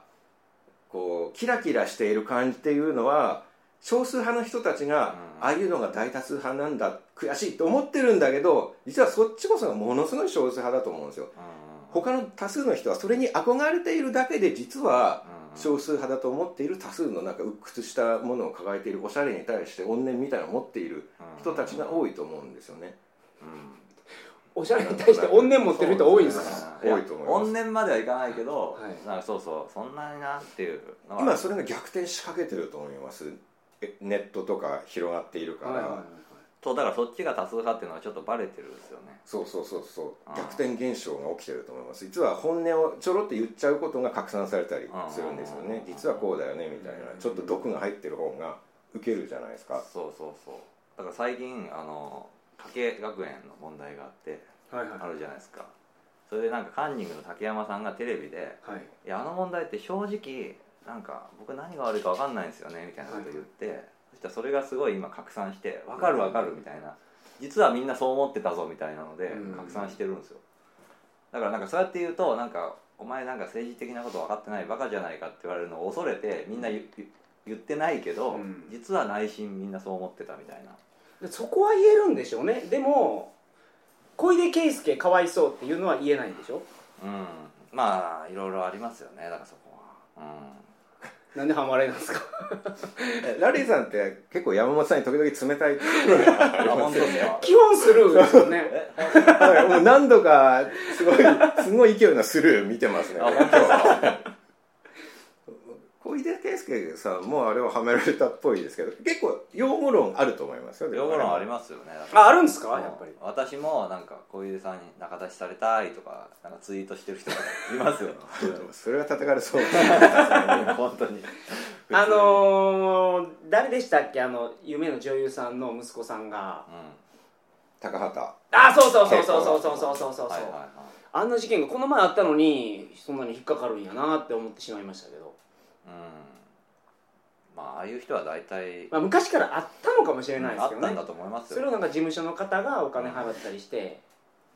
Speaker 2: こうキラキラしている感じっていうのは少数派の人たちが、
Speaker 3: うん
Speaker 2: ああいうのが大多数派なんだ悔しいと思ってるんだけど実はそっちこそがものすごい少数派だと思うんですよ
Speaker 3: うん
Speaker 2: 他の多数の人はそれに憧れているだけで実は
Speaker 3: うん
Speaker 2: 少数派だと思っている多数のなんか鬱屈したものを抱えているおしゃれに対して怨念みたいなのを持っている人たちが多いと思うんですよね、
Speaker 3: うん
Speaker 1: おしゃれに対して怨念持ってる人多いんですか
Speaker 2: そう多いと思います
Speaker 3: 怨念まではいかないけど、
Speaker 1: はい
Speaker 3: なんかそうそうそんなになっていうのは
Speaker 2: 今それが逆転しかけてると思いますえネットとか広がっているから、
Speaker 1: はいはいはい
Speaker 3: そうだからそっちが多数派っていうのはちょっとバレてるんですよね
Speaker 2: そうそうそうそう
Speaker 3: あー
Speaker 2: 逆転現象が起きてると思います実は本音をちょろっと言っちゃうことが拡散されたりするんですよね
Speaker 3: あー
Speaker 2: 実はこうだよねみたいな
Speaker 3: うん
Speaker 2: ちょっと毒が入ってる方が受けるじゃない ですか
Speaker 3: そうそうそうだから最近あの加計学園の問題があって
Speaker 1: はいはい
Speaker 3: あるじゃないですかそれでなんかカンニングの竹山さんがテレビで
Speaker 1: はい
Speaker 3: 「いやあの問題って正直なんか僕何が悪いか分かんないんですよね」みたいなこと言って、そしたらそれがすごい今拡散して「分かる分かる」みたいな実はみんなそう思ってたぞみたいなので
Speaker 1: うん
Speaker 3: 拡散してるんですよだからなんかそうやって言うとなんか「お前なんか政治的なこと分かってないバカじゃないか」って言われるのを恐れてみんな言言言ってないけど、
Speaker 1: うん
Speaker 3: 実は内心みんなそう思ってたみたいな
Speaker 1: でそこは言えるんでしょうねでも小出圭介かわいそうっていうのは言えないんでしょ
Speaker 3: うんまあいろいろありますよねだからそこは
Speaker 1: なんでハマれなんです か
Speaker 2: えラリーさんって結構山本さんに時々冷たい
Speaker 3: うん あ本当ですよ
Speaker 1: 基本スルーですよね
Speaker 3: え
Speaker 2: はいもう何度かすごいすごい勢いのスルー見てますね
Speaker 3: あ本当ですか
Speaker 2: 小出圭介さんもあれをはめられたっぽいですけど結構擁護論あると思いますよでも
Speaker 3: 両
Speaker 2: ね
Speaker 3: 方論ありますよねだから
Speaker 1: ああるんですかやっぱり
Speaker 3: 私もなんか小出さんに仲立ちされたいとかなんかツイートしてる人がいます よ
Speaker 2: それは叩かれそうです
Speaker 3: 本当に
Speaker 1: あのー、誰でしたっけあの夢の女優さんの息子さんが
Speaker 3: うん
Speaker 2: 高畑
Speaker 1: あそうそうそうそうそうそうそうそうそう、
Speaker 3: はいはいはい
Speaker 1: あんな事件がこの前あったのにそんなに引っかかるんやなって思ってしまいましたけど、
Speaker 3: うんまあああいう人は大体
Speaker 1: まあ、昔からあったのかもしれないで
Speaker 3: あ
Speaker 1: すけ
Speaker 3: っ
Speaker 1: ど
Speaker 3: たん
Speaker 1: ね
Speaker 3: だと思います
Speaker 1: それ
Speaker 3: よ
Speaker 1: をなんか事務所の方がお金払ったりして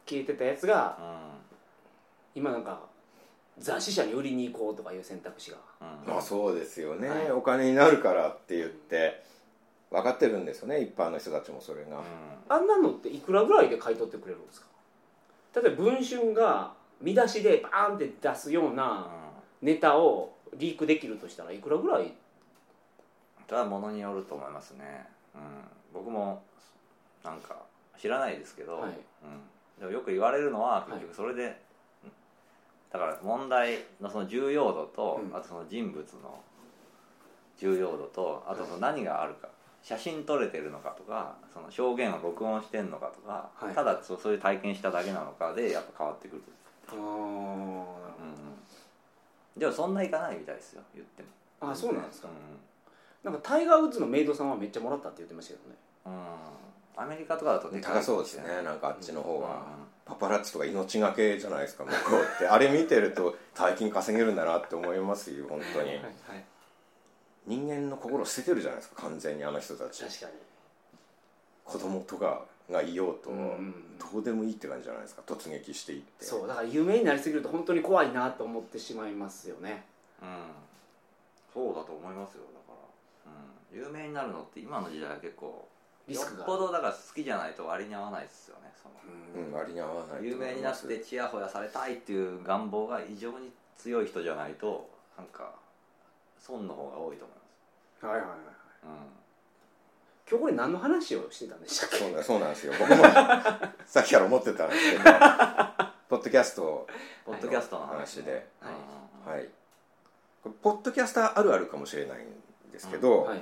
Speaker 1: 聞いてたやつが
Speaker 3: うん
Speaker 1: 今なんか雑誌社に売りに行こうとかいう選択肢が
Speaker 3: うん
Speaker 2: まあそうですよね、
Speaker 1: はい
Speaker 2: お金になるからって言って分かってるんですよね一般の人たちもそれが、
Speaker 1: あんなのっていくらぐらいで買い取ってくれるんですか例えば文春が見出しでバーンって出すよう
Speaker 3: うん
Speaker 1: なネタをリークできるとしたらいくらぐらい
Speaker 3: それはものによると思いますねうん僕もなんか知らないですけど、
Speaker 1: はい
Speaker 3: うん、でもよく言われるのは
Speaker 1: はい
Speaker 3: 結局それで、んだから問題のその重要度と、
Speaker 1: うん
Speaker 3: あとその人物の重要度とあとその何があるか、写真撮れてるのかとかその証言を録音してんのかとか、
Speaker 1: はい
Speaker 3: ただそうそういう体験しただけなのかでやっぱ変わってくる、
Speaker 1: あー
Speaker 3: うんうん、でもそんないかないみたいですよ言っても
Speaker 1: あそうなんですか、
Speaker 3: う
Speaker 1: なんかタイガー・ウッズのメイドさんはめっちゃもらったって言ってましたけどね
Speaker 3: んうんアメリカとかだとでかい
Speaker 2: 高そうですねなんかあっちの
Speaker 3: う
Speaker 2: 方
Speaker 3: ん
Speaker 2: は、パパラッチとか命がけじゃないですか向こうってあれ見てると大金稼げるんだなって思いますよ本当に
Speaker 1: はいはい
Speaker 2: 人間の心を捨ててるじゃないですか完全にあの人たち
Speaker 1: 確かに
Speaker 2: 子供とかがいようと、
Speaker 1: うん
Speaker 2: どうでもいいって感じじゃないですか突撃していって
Speaker 1: そうだから有名になりすぎると本当に怖いなと思ってしまいますよね
Speaker 3: うんそうだと思いますよだから、うん、有名になるのって今の時代は結構
Speaker 1: リスクが
Speaker 3: よっぽどだから好きじゃないと割に合わないですよねその
Speaker 2: うん、割に合わないと
Speaker 3: 有
Speaker 2: 思
Speaker 3: 名
Speaker 2: い
Speaker 3: にな
Speaker 2: ま
Speaker 3: っ
Speaker 2: す
Speaker 3: てちやほやされたいっていう願望が異常に強い人じゃないとなんか損の方が多いと思い
Speaker 1: はいはいはい
Speaker 3: ます、
Speaker 1: 今日これ何の話をしてたんでしたっ
Speaker 2: そう
Speaker 1: け
Speaker 2: だそうなんですよ僕 もさっきから思ってたんですけどポッドキャストを
Speaker 3: うん、ポッドキャストの話
Speaker 2: 話で
Speaker 3: うん
Speaker 1: はい
Speaker 2: はい、これポッドキャスターあるあるかもしれないんですけど、
Speaker 1: はい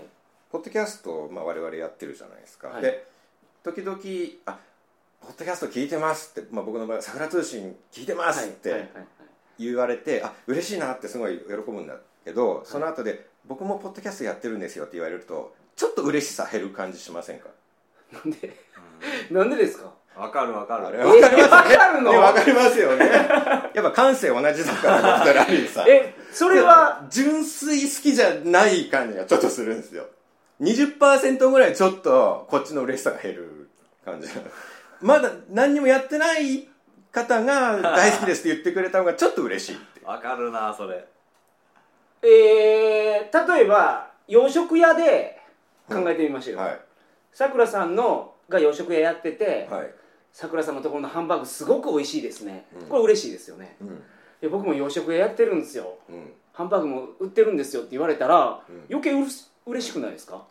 Speaker 2: ポッドキャストを、まあ、我々やってるじゃないですか、
Speaker 1: はい
Speaker 2: で時々「あポッドキャスト聞いてます」って、まあ、僕の場合は「桜通信聞いてま
Speaker 1: は
Speaker 2: す」
Speaker 1: い
Speaker 2: っ
Speaker 1: はい
Speaker 2: て言われて「あ嬉しいな」ってすごい喜ぶんだけど、その後で「僕もポッドキャストやってるんですよ」って言われるとちょっと嬉しさ減る感じしませんか
Speaker 1: なんでなんでですか
Speaker 3: うんわかるわかる
Speaker 2: あれ
Speaker 1: え
Speaker 2: わかります
Speaker 1: わかるの
Speaker 2: ねわかりま すよねやっぱ感性同じだから僕とラリーさん
Speaker 1: えそれは
Speaker 2: 純粋好きじゃない感じがちょっとするんですよ20%ぐらいちょっとこっちの嬉しさが減る感じまだ何にもやってない方が大好きですって言ってくれた方がちょっと嬉しいっていう
Speaker 3: わかるなそれ
Speaker 1: えー、例えば洋食屋で考えてみましょうよ、
Speaker 2: はい
Speaker 1: さくらさんのが洋食屋やってて、
Speaker 2: はい、
Speaker 1: さくらさんのところのハンバーグすごく美味しいですね、
Speaker 2: うん
Speaker 1: これ嬉しいですよね
Speaker 2: うん
Speaker 1: いや僕も洋食屋やってるんですよ
Speaker 2: うん、
Speaker 1: ハンバーグも売ってるんですよって言われたら、
Speaker 2: うん
Speaker 1: 余計うれし嬉しくないですか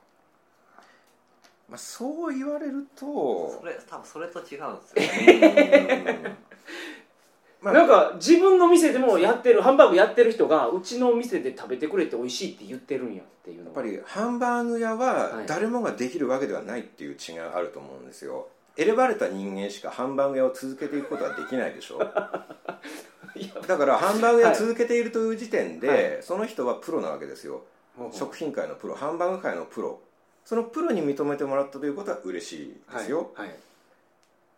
Speaker 2: まあ、そう言われると
Speaker 3: それ多分それと違うんですよ
Speaker 2: まあ
Speaker 1: なんか自分の店でもやってるハンバーグやってる人がうちの店で食べてくれて美味しいって言ってるんやっていうの
Speaker 2: やっ
Speaker 1: が
Speaker 2: ぱりハンバーグ屋
Speaker 1: は
Speaker 2: はい誰もができるわけではないっていう違いがあると思うんですよ、選ばれた人間しかハンバーグ屋を続けていくことはできないでしょ
Speaker 1: いや
Speaker 2: だからハンバーグ屋を続けているという時点で、
Speaker 1: はい
Speaker 2: その人はプロなわけですよ
Speaker 1: ほうほう
Speaker 2: 食品界のプロハンバーグ界のプロそのプロに認めてもらったということは嬉しいですよ、
Speaker 1: はいはい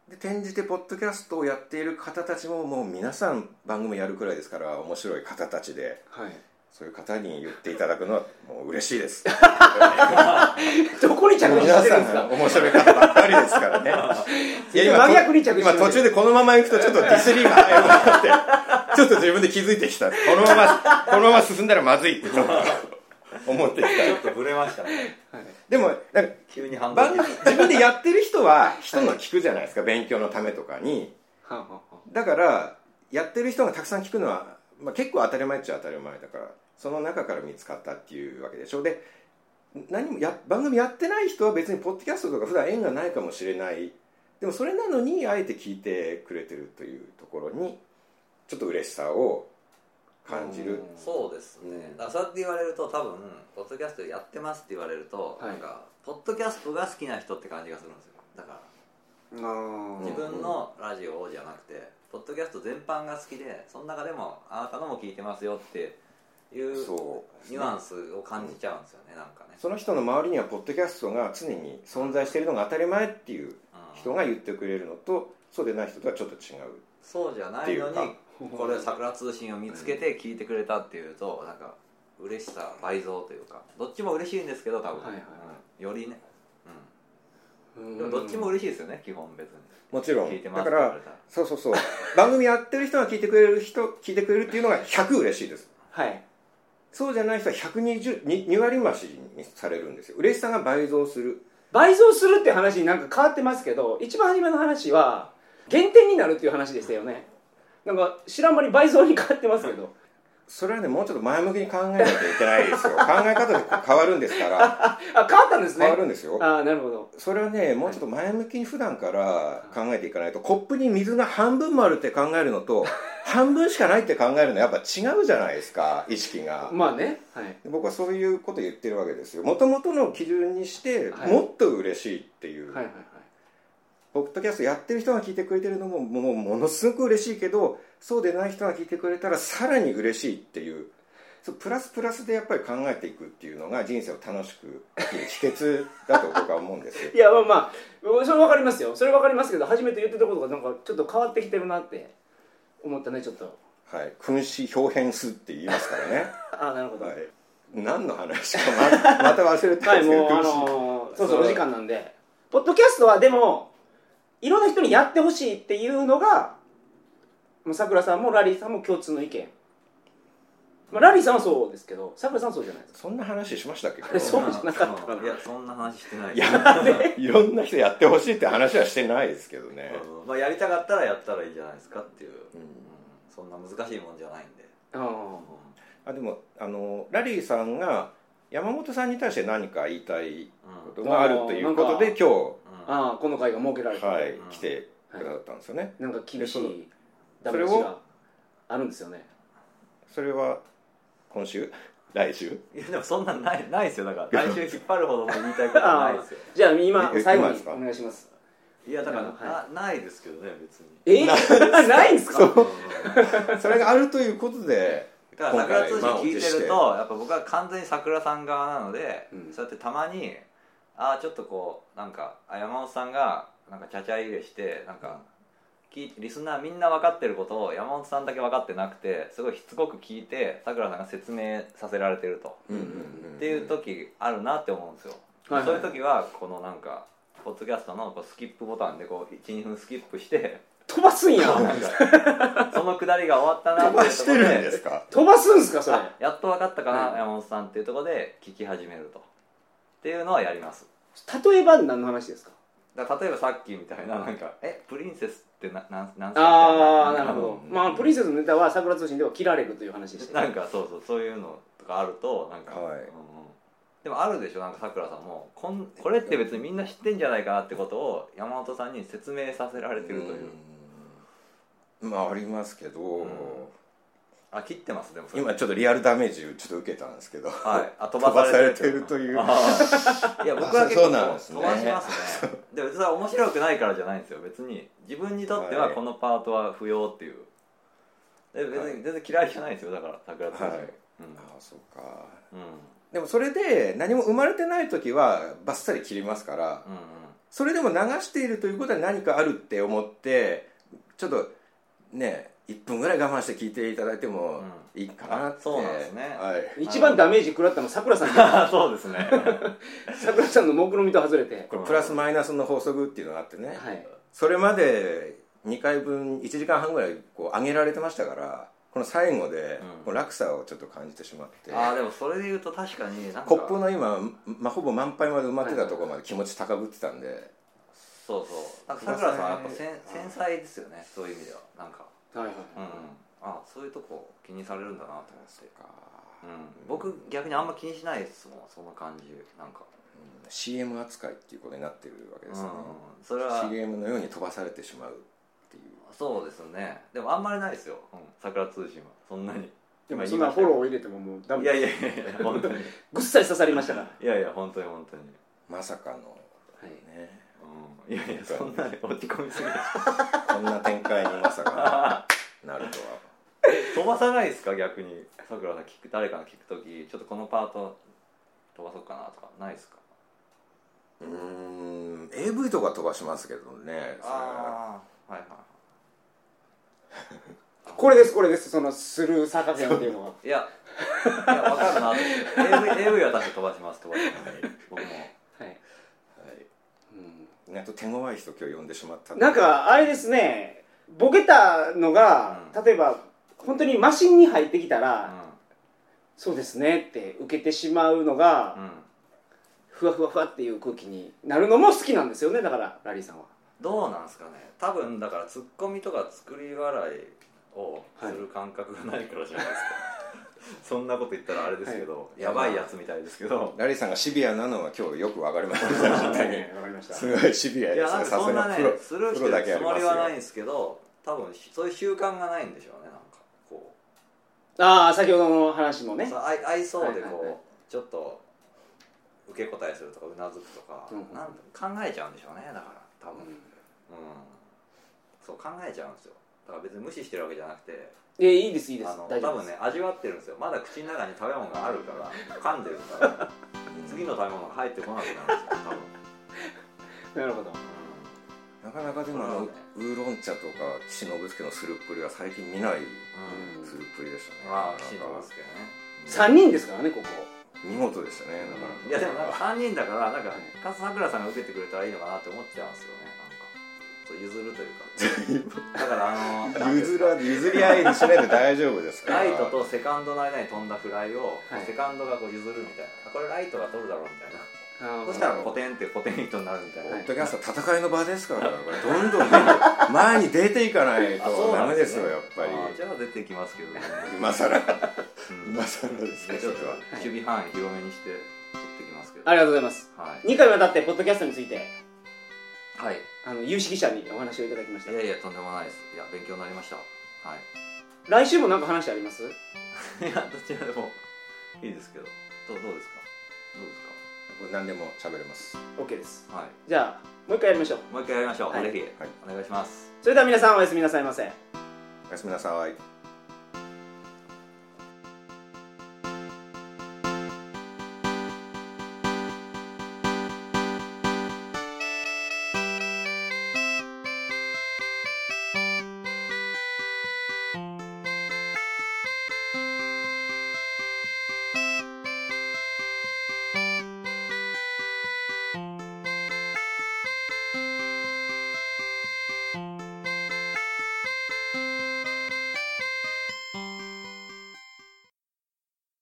Speaker 2: で転じてポッドキャストをやっている方たちももう皆さん番組やるくらいですから面白い方たちで
Speaker 1: はい
Speaker 2: そういう方に言っていただくのはもう嬉しい です
Speaker 1: どこに着地
Speaker 2: 皆
Speaker 1: してる
Speaker 2: さ
Speaker 1: んですか
Speaker 2: ん面白い方ばっかりですから ねいや今
Speaker 1: 真逆に着地してる
Speaker 2: 今途中でこのまま行くとちょっとディスりが早くなってちょ っと自分で気づいてきたこのま まこのまま進んだらまずいってちょっと思ってきた
Speaker 3: ちょっと触れましたね
Speaker 2: でもなんか
Speaker 3: 急に反応
Speaker 2: 番組自分でやってる人は人の聞くじゃないですか、勉強のためとかに
Speaker 1: はんはんはん
Speaker 2: だからやってる人がたくさん聞くのは、まあ、結構当たり前っちゃ当たり前だからその中から見つかったっていうわけでしょで何もや番組やってない人は別にポッドキャストとか普段縁がないかもしれないでもそれなのにあえて聞いてくれてるというところにちょっと嬉しさを感じる
Speaker 3: そうですね、
Speaker 2: うん
Speaker 3: だからそうやって言われると多分ポッドキャストやってますって言われると、
Speaker 1: はい
Speaker 3: なんかポッドキャストが好きな人って感じがするんですよだから
Speaker 1: うんあー
Speaker 3: 自分のラジオをじゃなくて、ポッドキャスト全般が好きでその中でもあなたのも聞いてますよっていう
Speaker 2: そう
Speaker 3: ニュアンスを感じちゃうんですよね、なんかね、
Speaker 2: その人の周りにはポッドキャストが常に存在しているのが当たり前っていう
Speaker 3: うん
Speaker 2: 人が言ってくれるのとそうでない人とはちょっと違う
Speaker 3: そうじゃないの
Speaker 2: っ
Speaker 3: に
Speaker 2: ていう
Speaker 3: これ桜通信を見つけて聞いてくれたっていうとなんか嬉しさ倍増というかどっちも嬉しいんですけど多分、
Speaker 1: はいはいは
Speaker 3: うんよりね、
Speaker 1: う
Speaker 3: うんん、でもどっちも嬉しいですよね基本別に
Speaker 2: もちろん
Speaker 3: 聞いてま
Speaker 2: だか
Speaker 3: すって言わ
Speaker 2: ら
Speaker 3: れたら
Speaker 2: そうそうそう番組やってる人が聞いてくれる人聞いてくれるっていうのが100嬉しいです
Speaker 1: はい
Speaker 2: そうじゃない人は120 2, 割増しにされるんですよ嬉しさが倍増する
Speaker 1: 倍増するって話になんか変わってますけど一番初めの話は減点になるっていう話でしたよねなんか知らん間に倍増に変わってますけ ど
Speaker 2: それはねもうちょっと前向きに考えなきゃいけないです よ考え方で変わるんですから
Speaker 1: あ変わったんですね
Speaker 2: 変わるんですよ
Speaker 1: ああなるほど
Speaker 2: それはねもうちょっと前向きに普段から考えていかないとコップに水が半分もあるって考えるのと半分しかないって考えるのはやっぱ違うじゃないですか意識が
Speaker 1: まあねはい
Speaker 2: で僕はそういうこと言ってるわけですよもともとの基準にして
Speaker 1: はい
Speaker 2: もっと嬉しいっていう、
Speaker 1: はいはいはい
Speaker 2: ポッドキャストやってる人が聞いてくれてるのももうものすごく嬉しいけどそうでない人が聞いてくれたらさらに嬉しいっていうそうプラスプラスでやっぱり考えていくっていうのが人生を楽しく生きる秘訣だと僕は思うんですよ
Speaker 1: いやまあまあそれ分かりますよそれ分かりますけど初めて言ってたことがなんかちょっと変わってきてるなって思ったねちょっと
Speaker 2: はい君子表変数って言いますからね、
Speaker 1: ああなるほど
Speaker 2: は
Speaker 1: はい、
Speaker 2: い、何の話かままた忘れたんですけど、
Speaker 1: もうあ
Speaker 2: 君子
Speaker 1: のーそうそうお時間なんでポッドキャストはでもいろんな人にやってほしいっていうのがもうさくらさんもラリーさんも共通の意見、まあ、ラリーさんはそうですけどさくらさんはそうじゃないですか
Speaker 2: そんな話しましたっけど
Speaker 1: あれそうじゃなかったかな
Speaker 3: うんいやそんな話してない
Speaker 2: い や、いろんな人やってほしいって話はしてないですけどね。
Speaker 3: うんまあ、やりたかったらやったらいいじゃないですかっていう、
Speaker 2: うん
Speaker 3: うんそんな難しいもんじゃないんで、
Speaker 1: あ
Speaker 2: あでもあのラリーさんが山本さんに対して何か言いたいこ
Speaker 3: う
Speaker 2: とがあるということ
Speaker 1: あ
Speaker 2: で
Speaker 1: ー
Speaker 2: 今
Speaker 3: んうん
Speaker 1: ああこの会が設けられ
Speaker 2: 日、
Speaker 1: た、
Speaker 2: はい
Speaker 3: うん、
Speaker 2: 来てくださったんですよね。
Speaker 1: なんか厳し
Speaker 2: でその
Speaker 1: いダメ出し
Speaker 2: それを
Speaker 1: があるんですよね
Speaker 2: それは今週来 週
Speaker 3: いやでもそんなんないないですよだから来週引っ張るほどの言いたいことはないですよ
Speaker 1: じゃあ今
Speaker 2: え
Speaker 1: 最後
Speaker 2: 今
Speaker 1: に
Speaker 2: ですか
Speaker 1: お願いします
Speaker 3: いやだから、
Speaker 1: は
Speaker 3: なないですけどね別に
Speaker 1: えないんですか
Speaker 3: うん
Speaker 2: それがあるということで
Speaker 3: だから桜通信聞いてると
Speaker 2: 満
Speaker 3: やっぱ僕は完全に桜さん側なので、
Speaker 1: うん
Speaker 3: そうやってたまにああちょっとこうなんかあ山本さんがなんかちゃちゃ入れしてなんか、聞いリスナーみんな分かってることを山本さんだけ分かってなくてすごいしつこく聞いて桜さんが説明させられてると、っていう時あるなって思うんですよ、
Speaker 1: はいはい
Speaker 3: そういう時はこのなんかポッドキャストのこうスキップボタンでこう12分スキップして
Speaker 1: 飛ばすんや
Speaker 3: なんかそのくだりが終わったな
Speaker 2: 飛ば
Speaker 3: っていう
Speaker 2: し
Speaker 3: とこ
Speaker 2: てる
Speaker 3: ろ
Speaker 2: ん
Speaker 3: で
Speaker 2: ですか。
Speaker 1: 飛ばすんすかそれ
Speaker 3: あやっと分かったかな、
Speaker 1: うん
Speaker 3: 山本さんっていうところで聞き始めるとっていうのはやります
Speaker 1: 例えば何の話ですか
Speaker 3: だから例えばさっきみたいななんか「えプリンセスってななんなんすか?」
Speaker 1: ああなるほ
Speaker 3: み
Speaker 1: どまあプリンセスのネタは桜通信では切られるという話でしたた
Speaker 3: いななんかそうそうそういうのとかあるとなんか、
Speaker 2: はい
Speaker 3: うんうんででもあるでしょなんかさくらさんもこんこれって別にみんな知ってんじゃないかなってことを山本さんに説明させられてるという、
Speaker 2: うんまあありますけど、
Speaker 3: んあ切ってますでもそれ
Speaker 2: 今ちょっとリアルダメージちょっと受けたんですけど、
Speaker 3: はい、あ飛
Speaker 2: 飛ばされてる
Speaker 3: いう
Speaker 2: という
Speaker 3: あーいや僕は
Speaker 2: あそ
Speaker 3: 結構
Speaker 2: うなんですね
Speaker 3: 飛ばしますねでもそれは面白くないからじゃないんですよ別に自分にとっては
Speaker 2: はい
Speaker 3: このパートは不要っていうで別
Speaker 2: はい
Speaker 3: に全然嫌いじゃないですよだから桜田さん、
Speaker 2: はい
Speaker 3: うん
Speaker 2: ああそうか
Speaker 3: うんうん
Speaker 2: でもそれで何も生まれてない時はバッサリ切りますから
Speaker 3: うん
Speaker 2: それでも流しているということは何かあるって思ってちょっとね1分ぐらい我慢して聞いていただいてもいいかなって、
Speaker 3: あそうなんですね
Speaker 2: はい、
Speaker 1: 一番ダメージ食らったのさくらさ ん
Speaker 3: そうですね
Speaker 1: さくらさんの目論見と外れて
Speaker 2: これプラスマイナスの法則っていうのがあってね、
Speaker 1: はい
Speaker 2: それまで2回分1時間半ぐらいこう上げられてましたからこの最後で
Speaker 3: うん
Speaker 2: この落差をちょっと感じてしまって、
Speaker 3: ああでもそれで言うと確かになんか
Speaker 2: コップの今、ま、ほぼ満杯まで埋まってたところまで気持ち高ぶってたんで、
Speaker 3: そうそうなんか桜田さんはやっぱせん繊細ですよねそういう意味ではなんか
Speaker 1: はいはい
Speaker 3: うんあそういうとこ気にされるんだなと思って
Speaker 2: そうか
Speaker 3: うん僕逆にあんま気にしないですもんその感じなんか
Speaker 2: CM 扱いっていうことになってるわけですね、
Speaker 3: うん、それは
Speaker 2: CM のように飛ばされてしまうっていう
Speaker 3: そうですねでもあんまりないですよ、うん、桜通信はそんなに
Speaker 1: でも
Speaker 3: 今
Speaker 1: そん
Speaker 3: 言い
Speaker 1: な
Speaker 3: まし
Speaker 1: フ
Speaker 3: た
Speaker 1: ォ
Speaker 3: よ
Speaker 1: ローを入れてももうダメ
Speaker 3: いやいやいやいや本当に
Speaker 1: ぐっさり刺さりましたから
Speaker 3: いやいや本当に本当に、
Speaker 2: まさかの
Speaker 1: はい
Speaker 2: ね
Speaker 3: うん、いやいやそんなに落ち込みすぎ
Speaker 2: こんな展開にまさかなるとは
Speaker 3: 飛ばさないですか逆に桜さん聞く誰かが聞く時ちょっとこのパート飛ばそうかなとかないですか
Speaker 2: うーん AV とか飛ばしますけどねそれは
Speaker 3: あはいはいは
Speaker 1: これですこれですそのスルーサカフェンっていうのはい
Speaker 3: いやいや分かるなって AV, AV は確か飛ばします飛ばします僕も
Speaker 1: はい、
Speaker 2: はい
Speaker 1: うん
Speaker 2: 意外と手強い人今日呼んでしまった
Speaker 1: なんかあれですねボケたのが、
Speaker 3: う
Speaker 1: 例えば本当にマシンに入ってきた
Speaker 3: う
Speaker 1: ら、そうですねって受けてしまうのが、
Speaker 3: ん、うん
Speaker 1: ふわふわふわっていう空気になるのも好きなんですよねだからラリーさんは
Speaker 3: どうなんですかね多分だからツッコミとか作り笑いをする感覚がないからじゃないですか、そんなこと言ったらあれですけど、
Speaker 2: い
Speaker 3: やばいやつみたいですけど
Speaker 2: ラリーさんがシビアなのは今日よくわかりました本当 に
Speaker 1: わかりました
Speaker 2: すごいシビア
Speaker 3: い
Speaker 2: で
Speaker 3: や
Speaker 2: す
Speaker 3: なん
Speaker 2: ね
Speaker 3: か
Speaker 2: さ
Speaker 3: そ
Speaker 2: す
Speaker 3: ん
Speaker 2: が
Speaker 3: なね
Speaker 2: プロ
Speaker 3: スルー
Speaker 2: プ
Speaker 3: し
Speaker 2: ロ
Speaker 3: て
Speaker 2: だ
Speaker 3: る
Speaker 2: けあ
Speaker 3: つ
Speaker 2: り
Speaker 3: も
Speaker 2: ます
Speaker 3: り
Speaker 2: よ
Speaker 3: はないんですけど多分そういう習慣がないんでしょうねなんかこ
Speaker 1: ああ先ほどの話も
Speaker 3: う、
Speaker 1: ね
Speaker 3: そう愛愛想でこう、
Speaker 1: はいはいはい
Speaker 3: ちょっと受け答えするとかうなずくとか,、
Speaker 1: うん
Speaker 3: なん考えちゃうんでしょうねだから多分、うん
Speaker 1: う
Speaker 3: そう考えちゃうんですよだから別に無視してるわけじゃなくて
Speaker 1: んいやいいですいいです
Speaker 3: あの
Speaker 1: 大丈
Speaker 3: 多
Speaker 1: 夫で
Speaker 3: 分
Speaker 1: す、
Speaker 3: ね味わってるんですよまだ口の中に食べ物があるから噛んでるから次の食べ物が入ってこなくなるんですよ多分、
Speaker 1: なるほど
Speaker 2: なかなかでもあのウーロン茶とか岸信介のスループリは最近見ない
Speaker 3: う
Speaker 1: う
Speaker 3: ん
Speaker 1: ん
Speaker 2: スループリでしたね
Speaker 3: まあ岸信
Speaker 2: なんか
Speaker 3: 介
Speaker 1: 3
Speaker 3: ね
Speaker 1: 人ですからねここ
Speaker 2: 見事でしたねだから
Speaker 3: いやでもなんか3人だからなんかかさくらさんが受けてくれたらいいのかなって思っちゃうんですよねなんかそう譲るというかだからあの
Speaker 2: 譲ら譲り合いにしないで大丈夫ですから
Speaker 3: ライトとセカンドの間に飛んだフライを、
Speaker 1: はい
Speaker 3: セカンドがこう譲るみたいなあこれライトが取るだろうみたいなそ
Speaker 1: そ
Speaker 3: したらポテンってポテンヒットになるみたいな、
Speaker 2: ポ
Speaker 1: はい
Speaker 2: ッドキャストは戦いの場ですから、これどんどん前に出ていかない
Speaker 3: あ
Speaker 2: とダ
Speaker 3: な
Speaker 2: メ
Speaker 3: ん
Speaker 2: ですよ、
Speaker 3: ね
Speaker 2: やっぱり。
Speaker 3: あじゃあ出てきますけどね、
Speaker 2: 今更、
Speaker 3: うん
Speaker 2: 今更ですね、
Speaker 3: ち
Speaker 2: ちょ
Speaker 3: ょっ
Speaker 2: っ
Speaker 3: と
Speaker 2: とは。
Speaker 3: 守備範囲広めにして取ってきますけど
Speaker 1: ありがとうございます
Speaker 3: はい、
Speaker 1: 2回にわたってポッドキャストについて
Speaker 3: はい、
Speaker 1: あの有識者にお話をいただきました
Speaker 3: いやいやとんでもないですいや勉強になりましたはい
Speaker 1: 来週も何か話あります
Speaker 3: いやどちらでもいいですけどどうどうですかどうで
Speaker 2: 何でも喋れます。
Speaker 1: OK です
Speaker 3: すかはい
Speaker 1: じゃあもう一回やりましょう
Speaker 3: もう一回やりましょう、
Speaker 1: はい
Speaker 3: ぜひ、
Speaker 2: はい
Speaker 3: お願いします
Speaker 1: それでは皆さんおやすみなさいませ
Speaker 2: おやすみなさい。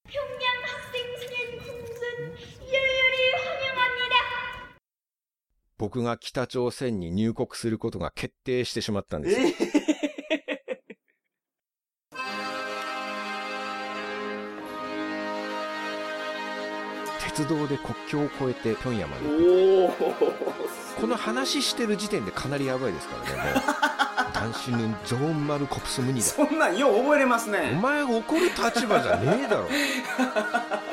Speaker 4: 평양 학생 승인 공순 열렬히 환영합니다.
Speaker 2: 僕が北朝鮮に入国することが決定してしまったんです。
Speaker 5: 鉄道で国境を越えて平壌まで
Speaker 1: おお
Speaker 5: この話してる時点でかなりやばいですからねもう単身のジョーン・マルコプス・ムニだ
Speaker 1: そんなんよう覚えれます
Speaker 5: お
Speaker 1: ね
Speaker 5: 前が怒る立場じゃねえだろ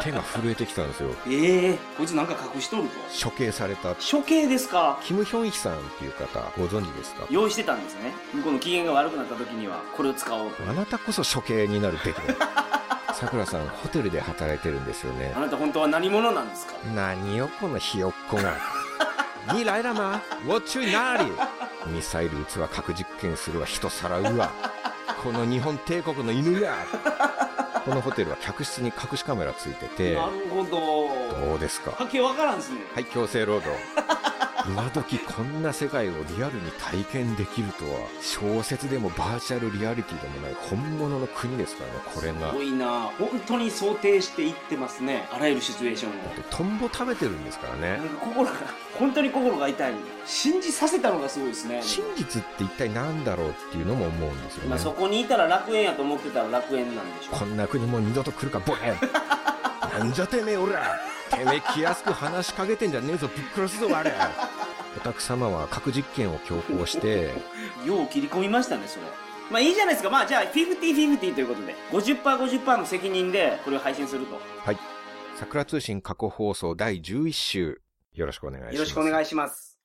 Speaker 5: 手が震えてきたんですよ
Speaker 1: ええこいつなんか隠しとると
Speaker 5: 処刑された
Speaker 1: 処刑ですか
Speaker 5: キム・ヒョンヒさんっていう方ご存知ですか
Speaker 1: 用意してたんですね向こうの機嫌が悪くなった時にはこれを使おうと
Speaker 5: あなたこそ処刑になるべきださくらさんホテルで働いてるんですよね
Speaker 1: あなた本当は何者なんですか
Speaker 5: 何よこのひよっこ が未来ラマウォッチュナーリミサイル撃つわ核実験するわ人さらうわこの日本帝国の犬がこのホテルは客室に隠しカメラついてて
Speaker 1: なるほど
Speaker 5: どうですか
Speaker 1: はっきりわからんですね
Speaker 5: はい強 制労働今時こんな世界をリアルに体験できるとは小説でもバーチャルリアリティでもない本物の国ですからねこれ
Speaker 1: す
Speaker 5: が
Speaker 1: ごいな本当に想定していってますねあらゆるシチュエーションを
Speaker 5: でトンボ食べてるんですからね
Speaker 1: なんか心が本当に心が痛い信じさせたのがすごいですね
Speaker 5: 真実って一体何だろうっていうのも思うんですよね、
Speaker 1: まあ、そこにいたら楽園やと思ってたら楽園なんでしょう
Speaker 5: こんな国もう二度と来るかボケなんじゃてめえ俺らてめえ気安く話しかけてんじゃねえぞぶっ殺すぞ我らお宅様は核実験を強行して
Speaker 1: よう切り込みましたねそれまあいいじゃないですかまあじゃあ50-50ということで 50%50% の責任でこれを配信すると
Speaker 5: 桜通信過去放送第11週よろしくお願いします
Speaker 1: よろしくお願いします